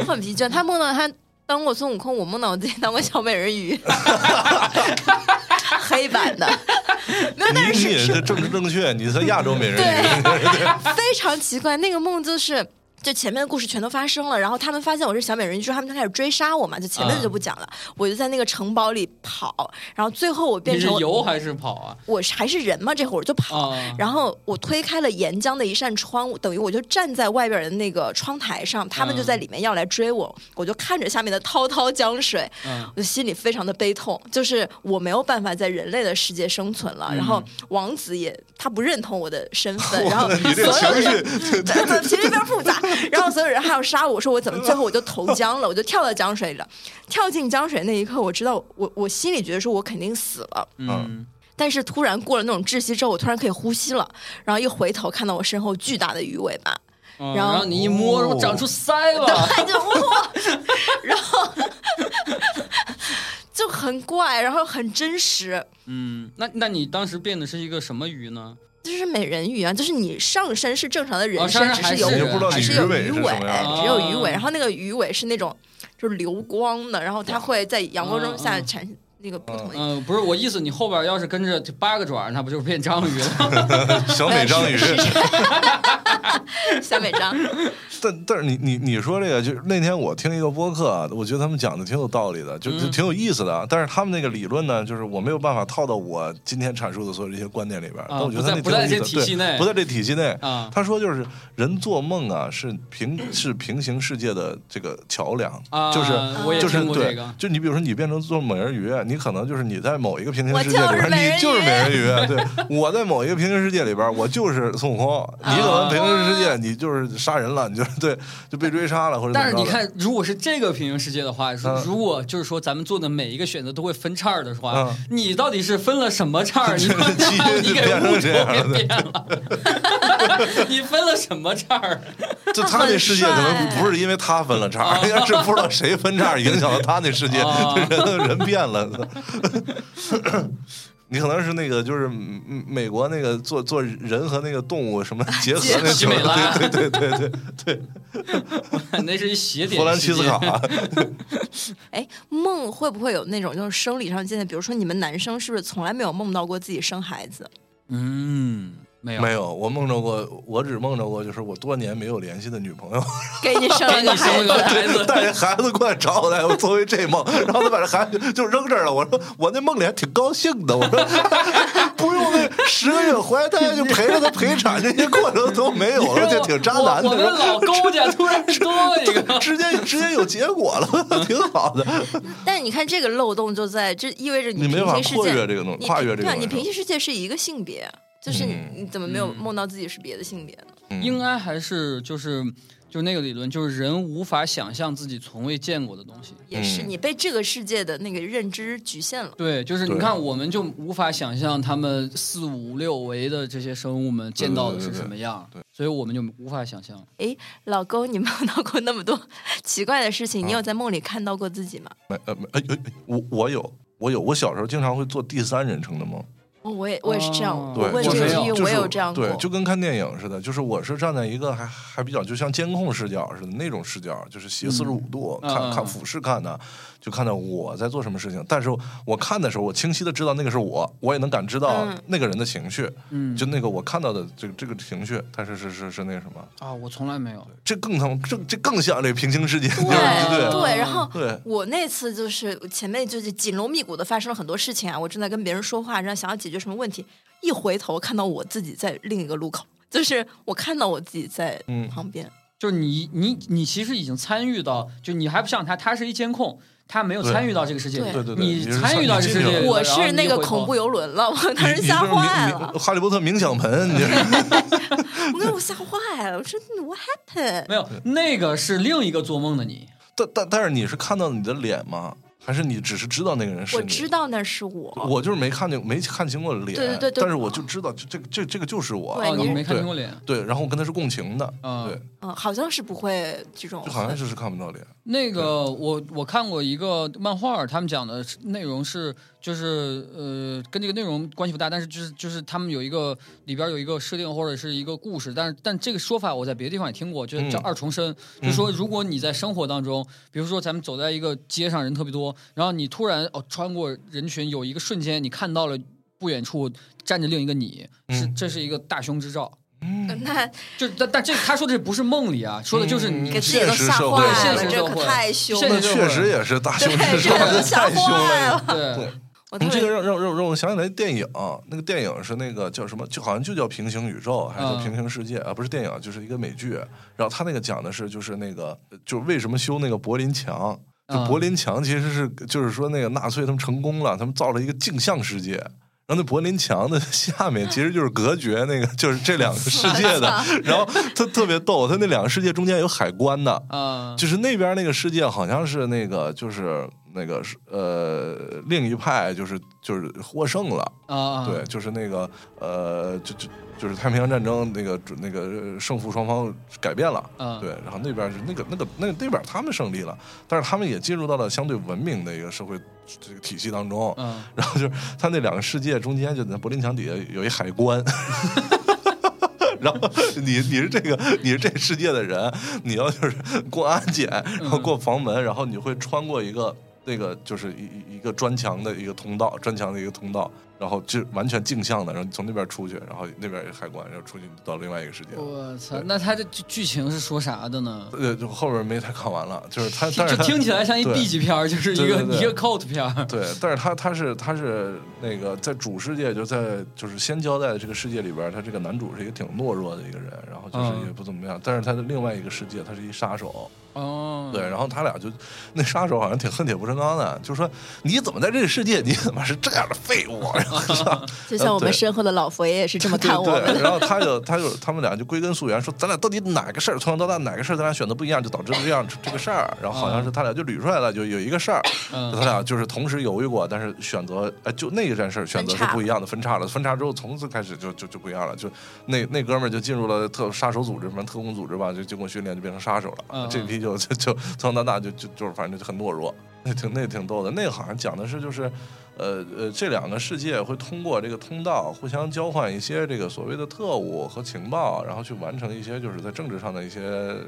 Speaker 3: 我很疲倦。他梦到他当过孙悟空，我梦到我自己当过小美人鱼， 黑版的， 没有，但
Speaker 4: 你
Speaker 3: 是
Speaker 4: 你
Speaker 3: 是
Speaker 4: 这政治正确，你是亚洲美人鱼，
Speaker 3: 对， 非常奇怪。那个梦就是，就前面的故事全都发生了，然后他们发现我是小美人鱼之后，他们就开始追杀我嘛，就前面的就不讲了。嗯我就在那个城堡里跑，然后最后我变
Speaker 5: 你是
Speaker 3: 成
Speaker 5: 游还是跑啊？
Speaker 3: 我是还是人嘛，这会儿我就跑。哦
Speaker 5: 啊，
Speaker 3: 然后我推开了岩浆的一扇窗，我等于我就站在外边的那个窗台上，他们就在里面要来追我，我就看着下面的滔滔江水，
Speaker 5: 嗯
Speaker 3: 我就心里非常的悲痛，就是我没有办法在人类的世界生存了。然
Speaker 4: 嗯
Speaker 3: 后王子也他不认同我的身份，然后
Speaker 4: 你这个
Speaker 3: 所有
Speaker 4: 情
Speaker 3: 人
Speaker 4: 绪
Speaker 3: 对对，情绪非常复杂。然后所有人还要杀我，我说我怎么最后我就投江了，我就跳到江水里了。跳进江水那一刻，我知道我我心里觉得说我肯定死了，
Speaker 5: 嗯，
Speaker 3: 但是突然过了那种窒息之后，我突然可以呼吸了。然后一回头看到我身后巨大的鱼尾巴，
Speaker 5: 嗯
Speaker 3: 然后
Speaker 5: 然后你一摸，
Speaker 4: 哦
Speaker 5: 长出腮 了，
Speaker 3: 他就哇，然后 就很怪，然后很真实。
Speaker 5: 嗯，那那你当时变的是一个什么鱼呢？
Speaker 3: 就是美人鱼啊，就是你上身是正常的人
Speaker 5: 哦
Speaker 3: 身，
Speaker 5: 上身
Speaker 3: 只
Speaker 5: 还
Speaker 3: 是
Speaker 5: 是
Speaker 3: 有
Speaker 5: 人
Speaker 4: 你就不知道
Speaker 3: 只
Speaker 4: 你
Speaker 3: 是
Speaker 4: 鱼
Speaker 3: 有
Speaker 4: 尾
Speaker 3: 鱼尾
Speaker 4: 是什么样的。
Speaker 3: 只有鱼尾，
Speaker 5: 哦
Speaker 3: 然后那个鱼尾是那种就是流光的，然后它会在阳光中
Speaker 5: 嗯
Speaker 3: 下
Speaker 5: 嗯
Speaker 3: 产生那个不同的。
Speaker 5: 嗯，不是我意思，你后边要是跟着八个爪，那不就是变章鱼了？
Speaker 4: 小美章鱼，
Speaker 3: 小美章，
Speaker 5: 哦
Speaker 4: 但但是你你你说这个，就是那天我听一个播客啊，我觉得他们讲的挺有道理的，就就
Speaker 5: 嗯
Speaker 4: 挺有意思的啊。但是他们那个理论呢，就是我没有办法套到我今天阐述的所有这些观点里边儿。
Speaker 5: 啊
Speaker 4: 但我
Speaker 5: 不
Speaker 4: 觉得
Speaker 5: 在
Speaker 4: 那
Speaker 5: 不在
Speaker 4: 挺有
Speaker 5: 这
Speaker 4: 意思
Speaker 5: 体系
Speaker 4: 对
Speaker 5: 内
Speaker 4: 不在这体系内
Speaker 5: 啊
Speaker 4: 他说就是人做梦啊，是平是平行世界的这个桥梁
Speaker 5: 啊，
Speaker 4: 就是
Speaker 5: 我也
Speaker 4: 就是
Speaker 5: 听过这
Speaker 4: 对
Speaker 5: 个，
Speaker 4: 就你比如说你变成做美人鱼，啊你可能就是你在某一个平行
Speaker 3: 我
Speaker 4: 世界里边
Speaker 3: 就是
Speaker 4: 儿，
Speaker 3: 美人
Speaker 4: 你就是
Speaker 3: 鱼
Speaker 4: 美人鱼。啊对，我在某一个平行世界里边儿，我就是孙悟空。你可能平行世界你就是杀人了，你就是对就被追杀了或者怎
Speaker 5: 但是
Speaker 4: 么着
Speaker 5: 你
Speaker 4: 的
Speaker 5: 看，如果是这个平行世界的话，如
Speaker 4: 嗯
Speaker 5: 如果就是说咱们做的每一个选择都会分叉儿的话，
Speaker 4: 嗯
Speaker 5: 你到底是分了什么 叉儿？你把
Speaker 4: 基因
Speaker 5: 你
Speaker 4: 就
Speaker 5: 给
Speaker 4: 变成
Speaker 5: 物
Speaker 4: 这样
Speaker 5: 种
Speaker 4: 了
Speaker 5: 给变了，你分了什么叉儿？
Speaker 4: 就他那世界可能不是因为他分了叉，应该是不知道谁分叉影响了他那世界，
Speaker 5: 啊
Speaker 4: 人人变了。 你可能是那个，就是嗯嗯美国那个做做人和那个动物什么结合那
Speaker 5: 西
Speaker 4: 什么
Speaker 5: 美，拉
Speaker 4: 对对对对对，
Speaker 5: 那是一邪典。
Speaker 4: 弗兰奇斯卡， 啊
Speaker 3: 哎，梦会不会有那种就是生理上界限？比如说你们男生是不是从来没有梦到过自己生孩子？
Speaker 5: 嗯，没有
Speaker 4: 没有，我梦着过，我只梦着过，就是我多年没有联系的女朋友
Speaker 3: 给你生了
Speaker 5: 给
Speaker 3: 个
Speaker 5: 你
Speaker 3: 孩
Speaker 5: 生
Speaker 3: 子，
Speaker 5: 了个孩子，
Speaker 4: 带着孩子过来找我来，我作为这梦，然后他把这孩子就扔这儿了。我说我那梦里还挺高兴的，我说 不用那十个月怀胎就陪着他陪产这些过程都没 有了，就挺渣男
Speaker 5: 我我们
Speaker 4: 的。
Speaker 5: 老勾 家突然多了一个，
Speaker 4: 直接直接有结果了， 挺好的。
Speaker 3: 但是你看这个漏洞就在这，意味着
Speaker 4: 你没
Speaker 3: 平
Speaker 4: 法
Speaker 3: 行世
Speaker 4: 跨
Speaker 3: 界
Speaker 4: 越这个东
Speaker 3: 你
Speaker 4: 跨
Speaker 3: 平
Speaker 4: 越这个
Speaker 3: 对啊，你
Speaker 4: 东西
Speaker 3: 平行世界是一个性别，就是你你怎么没有
Speaker 5: 嗯
Speaker 3: 梦到自己是别的性别呢？
Speaker 5: 应该还是就是就那个理论，就是人无法想象自己从未见过的东西。
Speaker 3: 也是
Speaker 4: 嗯
Speaker 3: 你被这个世界的那个认知局限了。
Speaker 5: 对，就是你
Speaker 4: 对
Speaker 5: 看，我们就无法想象他们四五六维的这些生物们见到的是什么样，
Speaker 4: 对对对
Speaker 5: 所以我们就无法想象。
Speaker 3: 老公，你梦到过那么多 奇怪的事情，
Speaker 4: 啊
Speaker 3: 你有在梦里看到过自己吗？
Speaker 4: 没呃没哎哎，哎我我有我有，我小时候经常会做第三人称的梦。
Speaker 3: 哦我也我也是这样，
Speaker 5: 哦
Speaker 3: 我问
Speaker 4: 就
Speaker 3: 这
Speaker 4: 是
Speaker 5: 没
Speaker 3: 个
Speaker 5: 有
Speaker 3: 是因为
Speaker 4: 就
Speaker 3: 我
Speaker 4: 是
Speaker 3: 也有这样过。
Speaker 4: 对，就跟看电影似的，就是我是站在一个还还比较就像监控视角似的那种视角，就是斜四十五度、
Speaker 5: 嗯
Speaker 4: 看
Speaker 5: 嗯
Speaker 4: 看
Speaker 5: 嗯
Speaker 4: 俯视看的，就看到我在做什么事情。但是我看的时候，我清晰的知道那个是我，我也能感知到
Speaker 3: 嗯
Speaker 4: 那个人的情绪，
Speaker 5: 嗯，
Speaker 4: 就那个我看到的这个这个情绪，它是是是是那什么，
Speaker 5: 啊，我从来没有。
Speaker 4: 这更像这这更像这平行世界，对
Speaker 3: 对
Speaker 4: 对
Speaker 3: 然后
Speaker 4: 对
Speaker 3: 我那次就是前面就是紧锣密鼓的发生了很多事情啊，我正在跟别人说话，然后想要解决什么问题，一回头看到我自己在另一个路口，就是我看到我自己在
Speaker 4: 嗯
Speaker 3: 旁边，
Speaker 5: 就是你你你其实已经参与到，就你还不像他，他是一监控，他没有参与到这个世界，
Speaker 3: 对
Speaker 4: 对对对
Speaker 5: 你
Speaker 4: 你是
Speaker 5: 参与到这个世
Speaker 4: 你
Speaker 5: 界
Speaker 4: 进去
Speaker 5: 里，
Speaker 4: 了
Speaker 3: 我
Speaker 5: 然后
Speaker 3: 是
Speaker 5: 你
Speaker 3: 那个
Speaker 5: 回头
Speaker 3: 恐怖游轮了，我当时
Speaker 4: 你
Speaker 3: 吓
Speaker 4: 你这是
Speaker 3: 坏
Speaker 4: 冥
Speaker 3: 了
Speaker 4: 冥，哈利波特冥想盆，你这是
Speaker 3: 我给我吓坏了，我说嗯 what happened？
Speaker 5: 没有那个是另一个做梦的你，
Speaker 4: 但但但是你是看到你的脸吗？还是你只是知道那个人是
Speaker 3: 我
Speaker 4: 你
Speaker 3: 知道那是我，
Speaker 4: 我就是没看见，没看清过
Speaker 3: 对
Speaker 4: 脸，
Speaker 3: 对对对
Speaker 4: 但是我就知道，就这个这这个就是我，
Speaker 3: 对
Speaker 5: 哦，
Speaker 4: 然后
Speaker 5: 你没看清
Speaker 4: 对
Speaker 5: 我脸，
Speaker 4: 对，然后我跟他是共情的，
Speaker 5: 嗯
Speaker 4: 对，
Speaker 3: 嗯，好像是不会这种
Speaker 4: 就，好像是是看不到脸，
Speaker 5: 那个我我看过一个漫画，他们讲的是内容是就是呃跟这个内容关系不大，但是就是就是他们有一个里边有一个设定或者是一个故事，但是但这个说法我在别的地方也听过，就
Speaker 4: 嗯
Speaker 5: 叫二重身，就说如果你在生活当中，比如说咱们走在一个街上人特别多，然后你突然哦穿过人群，有一个瞬间你看到了不远处站着另一个你，是
Speaker 4: 嗯
Speaker 5: 这是一个大凶之兆，
Speaker 4: 嗯，
Speaker 3: 那
Speaker 5: 就但但这他说的这不是梦里啊，说的就是你
Speaker 4: 嗯
Speaker 3: 给自己
Speaker 4: 现
Speaker 3: 都
Speaker 4: 实
Speaker 3: 吓
Speaker 4: 社会
Speaker 3: 坏
Speaker 5: 现实
Speaker 3: 了，这
Speaker 5: 社
Speaker 3: 可
Speaker 5: 会
Speaker 3: 太凶
Speaker 5: 现
Speaker 3: 了
Speaker 4: 那
Speaker 5: 实，
Speaker 4: 确实也是大
Speaker 3: 对
Speaker 4: 凶，之
Speaker 3: 这
Speaker 4: 兆，
Speaker 3: 个都吓
Speaker 4: 太凶
Speaker 3: 坏
Speaker 4: 了。
Speaker 3: 了，
Speaker 5: 对。
Speaker 4: 对
Speaker 3: 我
Speaker 4: 你
Speaker 3: 特
Speaker 4: 嗯这个
Speaker 3: 别。
Speaker 4: 让让让让我想起来电影，那个电影是那个叫什么，就好像就叫平行宇宙还是叫
Speaker 5: 嗯
Speaker 4: 平行世界啊？不是电影，就是一个美剧。然后他那个讲的是，就是那个，就是为什么修那个柏林墙？就
Speaker 5: 嗯
Speaker 4: 柏林墙其实是，就是说那个纳粹他们成功了，他们造了一个镜像世界。然后那柏林墙的 下面其实就是隔绝那个，就是这两个世界 的。然后他特别逗，他那两个世界中间有海关的，
Speaker 5: 啊，
Speaker 4: 就是那边那个世界好像是那个就是那个是呃另一派就是就是获胜了，
Speaker 5: 啊，
Speaker 4: 对，就是那个呃就就就是太平洋战争那个那个呃胜负双方改变了。
Speaker 5: 啊，
Speaker 4: 对，然后那边是那个那个那那边他们胜利了，但是他们也进入到了相对文明的一个社会这个体系当中，
Speaker 5: 嗯，
Speaker 4: 然后就是他那两个世界中间，就在柏林墙底下有一海关。 然后你你是这个你是这世界的人，你要就是过安检，然后过房门，然后你会穿过一个那个就是一一一个砖墙的一个通道，砖墙的一个通道，然后就完全镜像的，然后你从那边出去，然后那边有海关，然后出去到另外一个世界。
Speaker 5: 我操，那他的剧剧情是说啥的呢？
Speaker 4: 呃，就后边没太看完了，就是他， 但
Speaker 5: 就是
Speaker 4: 他
Speaker 5: 听起来像一
Speaker 4: 对
Speaker 5: B 级片儿，就是一个
Speaker 4: 对对对
Speaker 5: 一个 cult 片儿。
Speaker 4: 对，但是他他是他是那个在主世界，就在就是先交代的这个世界里边，他这个男主是一个挺懦弱的一个人，然后就是
Speaker 5: 嗯
Speaker 4: 也不怎么样。但是他的另外一个世界，他是一杀手，
Speaker 5: 哦，
Speaker 4: 对，然后他俩就那杀手好像挺恨铁不成钢的，就说你怎么在这个世界，你怎么是这样的废物？啊 然后就
Speaker 3: 就像我
Speaker 4: 呃
Speaker 3: 们
Speaker 4: 对
Speaker 3: 身后的老佛爷也是这么看我
Speaker 4: 对
Speaker 3: 们
Speaker 4: 对，
Speaker 3: 的。
Speaker 4: 然后他就他就他们俩就归根溯源，说咱俩到底哪个事儿，从小到大哪个事儿咱俩选择不一样，就导致这样这个事儿。然后好像是他俩就捋出来了，就有一个事儿，
Speaker 5: 嗯
Speaker 4: 他俩就是同时犹豫过，但是选择哎就那一件事儿选择是不一样的，分叉了。分叉之后，从此开始就就就不一样了。就那那哥们儿就进入了特杀手组织，什么特工组织吧，就经过训练就变成杀手了。
Speaker 5: 嗯嗯
Speaker 4: 这批就 就就从小到大就就就是反正就很懦弱，那挺那挺逗的。那个好像讲的是就是。呃呃，这两个世界会通过这个通道互相交换一些这个所谓的特务和情报，然后去完成一些就是在政治上的一些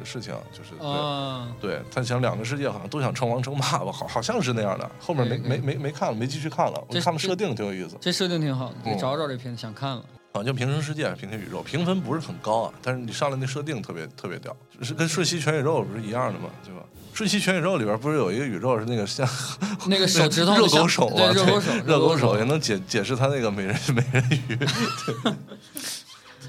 Speaker 4: 事情，就是对。
Speaker 5: 啊，
Speaker 4: 对他想两个世界好像都想称王称霸吧，好好像是那样的。后面
Speaker 5: 对
Speaker 4: 没
Speaker 5: 对
Speaker 4: 没没没看了，没继续看了。我
Speaker 5: 这
Speaker 4: 看了
Speaker 5: 这
Speaker 4: 设定挺有意思，
Speaker 5: 这设定挺好的，得
Speaker 4: 嗯
Speaker 5: 找找这片子，想看 了。
Speaker 4: 好像叫《平行世界》《平行宇宙》，评分不是很高啊，但是你上来那设定特别特别屌，是跟《瞬息全宇宙》不是一样的吗？对吧？《瞬息全宇宙》里边不是有一个宇宙是那个像
Speaker 5: 那个手指头
Speaker 4: 热
Speaker 5: 像
Speaker 4: 狗手
Speaker 5: 对
Speaker 4: 啊，
Speaker 5: 热狗手，
Speaker 4: 热狗手也能解解释他那个美人美人鱼。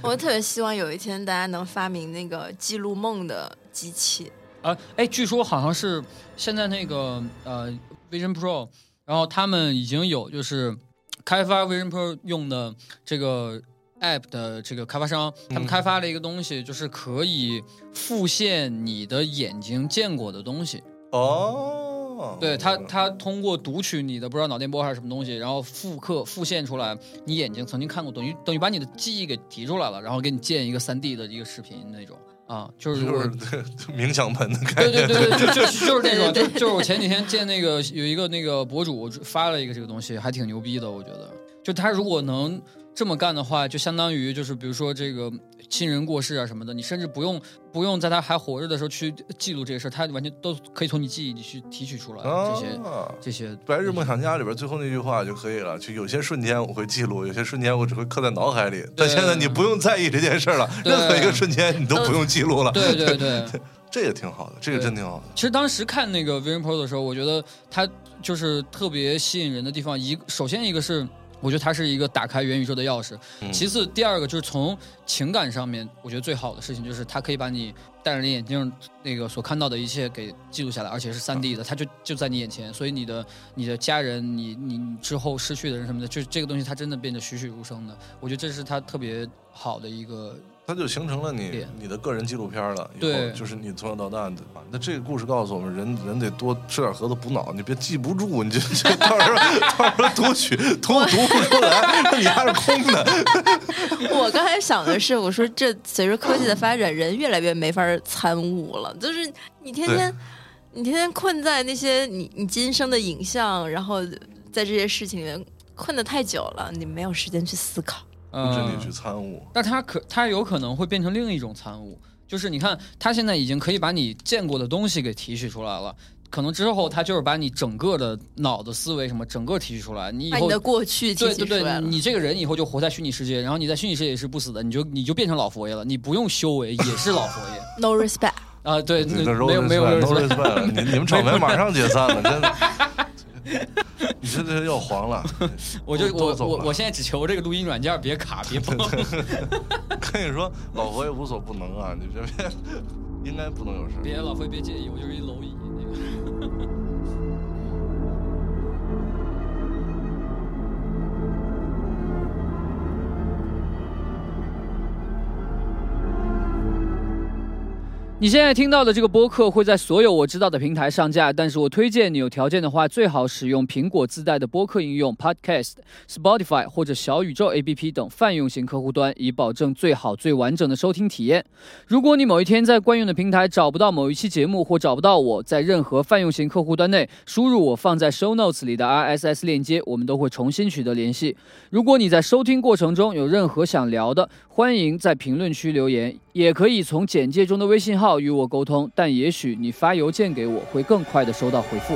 Speaker 3: 我特别希望有一天大家能发明那个记录梦的机器，
Speaker 5: 啊，哎，据说好像是现在那个呃 Vision Pro，然后他们已经有就是开发 Vision Pro 用的这个 App 的这个开发商，他们
Speaker 4: 嗯
Speaker 5: 开发了一个东西，就是可以复现你的眼睛见过的东西。
Speaker 4: 哦，
Speaker 5: 对他，他通过读取你的不知道脑电波还是什么东西，然后复刻复现出来你眼睛曾经看过，等于等于把你的记忆给提出来了，然后给你建一个三 D 的一个视频那种啊，就是如
Speaker 4: 就
Speaker 5: 果
Speaker 4: 是 对就冥想 盆的概
Speaker 5: 对
Speaker 4: 念
Speaker 5: 对。对对，就就是就是那种，就 就是我前几天见那个有一个那个博主发了一个这个东西，还挺牛逼的，我觉得。就他如果能这么干的话，就相当于就是比如说这个亲人过世啊什么的，你甚至不用不用在他还活着的时候去记录这个事儿，他完全都可以从你记忆里去提取出来这些、
Speaker 4: 啊
Speaker 5: 这些。
Speaker 4: 《白日梦想家》里边最后那句话就可以了，就有些瞬间我会记录，有些瞬间我只会刻在脑海里。但现在你不用在意这件事儿了，
Speaker 5: 对
Speaker 4: 任何一个瞬间你都不用记录了，
Speaker 5: 对对对。
Speaker 4: 这个挺好的，这个真挺好的。
Speaker 5: 其实当时看那个 Vision Pro 的时候，我觉得它就是特别吸引人的地方。一，首先一个是我觉得它是一个打开元宇宙的钥匙，
Speaker 4: 嗯
Speaker 5: 其次第二个就是从情感上面，我觉得最好的事情就是它可以把你戴着你眼镜那个所看到的一切给记录下来，而
Speaker 4: 啊
Speaker 5: 且是3 D 的，它就就在你眼前，所以你的你的家人，你你你之后失去的人什么的，就是这个东西它真的变得栩栩如生的。我觉得这是它特别好的一个
Speaker 4: 它就形成了你
Speaker 5: 对
Speaker 4: 你的个人纪录片了，以后
Speaker 5: 对
Speaker 4: 就是你从小到大的。啊那这个故事告诉我们，人人得多吃点核桃补脑，你别记不住，你就 就到时候到时候读取读读不出来，你还是空的。
Speaker 3: 我刚才想的是，我说这随着科技的发展，人越来越没法参悟了。就是你天天，你天天困在那些你你今生的影像，然后在这些事情里面困得太久了，你没有时间去思考。
Speaker 4: 不
Speaker 5: 呃
Speaker 4: 准你去参悟，
Speaker 5: 但它可它有可能会变成另一种参悟，就是你看，它现在已经可以把你见过的东西给提取出来了。可能之后，它就是把你整个的脑的思维什么整个提取出来，你以
Speaker 3: 把你
Speaker 5: 后
Speaker 3: 的过去提
Speaker 5: 对
Speaker 3: 取
Speaker 5: 对
Speaker 3: 出来
Speaker 5: 对，
Speaker 3: 了。
Speaker 5: 你这个人以后就活在虚拟世界，然后你在虚拟世界也是不死的，你就你就变成老佛爷了，你不用修为也是老佛爷
Speaker 3: No respect，
Speaker 5: 啊！对，
Speaker 4: 你
Speaker 5: 那
Speaker 4: 的 roll
Speaker 5: 没有没有没
Speaker 4: respect，no
Speaker 5: 有，
Speaker 4: respect，你你们厂牌马上解散了，真的， 你这这要黄了。
Speaker 5: 我就
Speaker 4: 都都
Speaker 5: 我
Speaker 4: 走
Speaker 5: 我
Speaker 4: 了
Speaker 5: 我现在只求这个录音软件别卡别崩。
Speaker 4: 跟你说，老佛爷无所不能啊，你这边应该不能有事。
Speaker 5: 别老费别介意，我就是一蝼蚁那个。
Speaker 2: 你现在听到的这个播客会在所有我知道的平台上架，但是我推荐你有条件的话，最好使用苹果自带的播客应用 Podcast、Spotify 或者小宇宙 APP 等泛用型客户端，以保证最好最完整的收听体验。如果你某一天在惯用的平台找不到某一期节目或找不到我，在任何泛用型客户端内输入我放在 Show Notes 里的 RSS 链接，我们都会重新取得联系。如果你在收听过程中有任何想聊的，欢迎在评论区留言，也可以从简介中的微信号与我沟通，但也许你发邮件给我会更快的收到回复。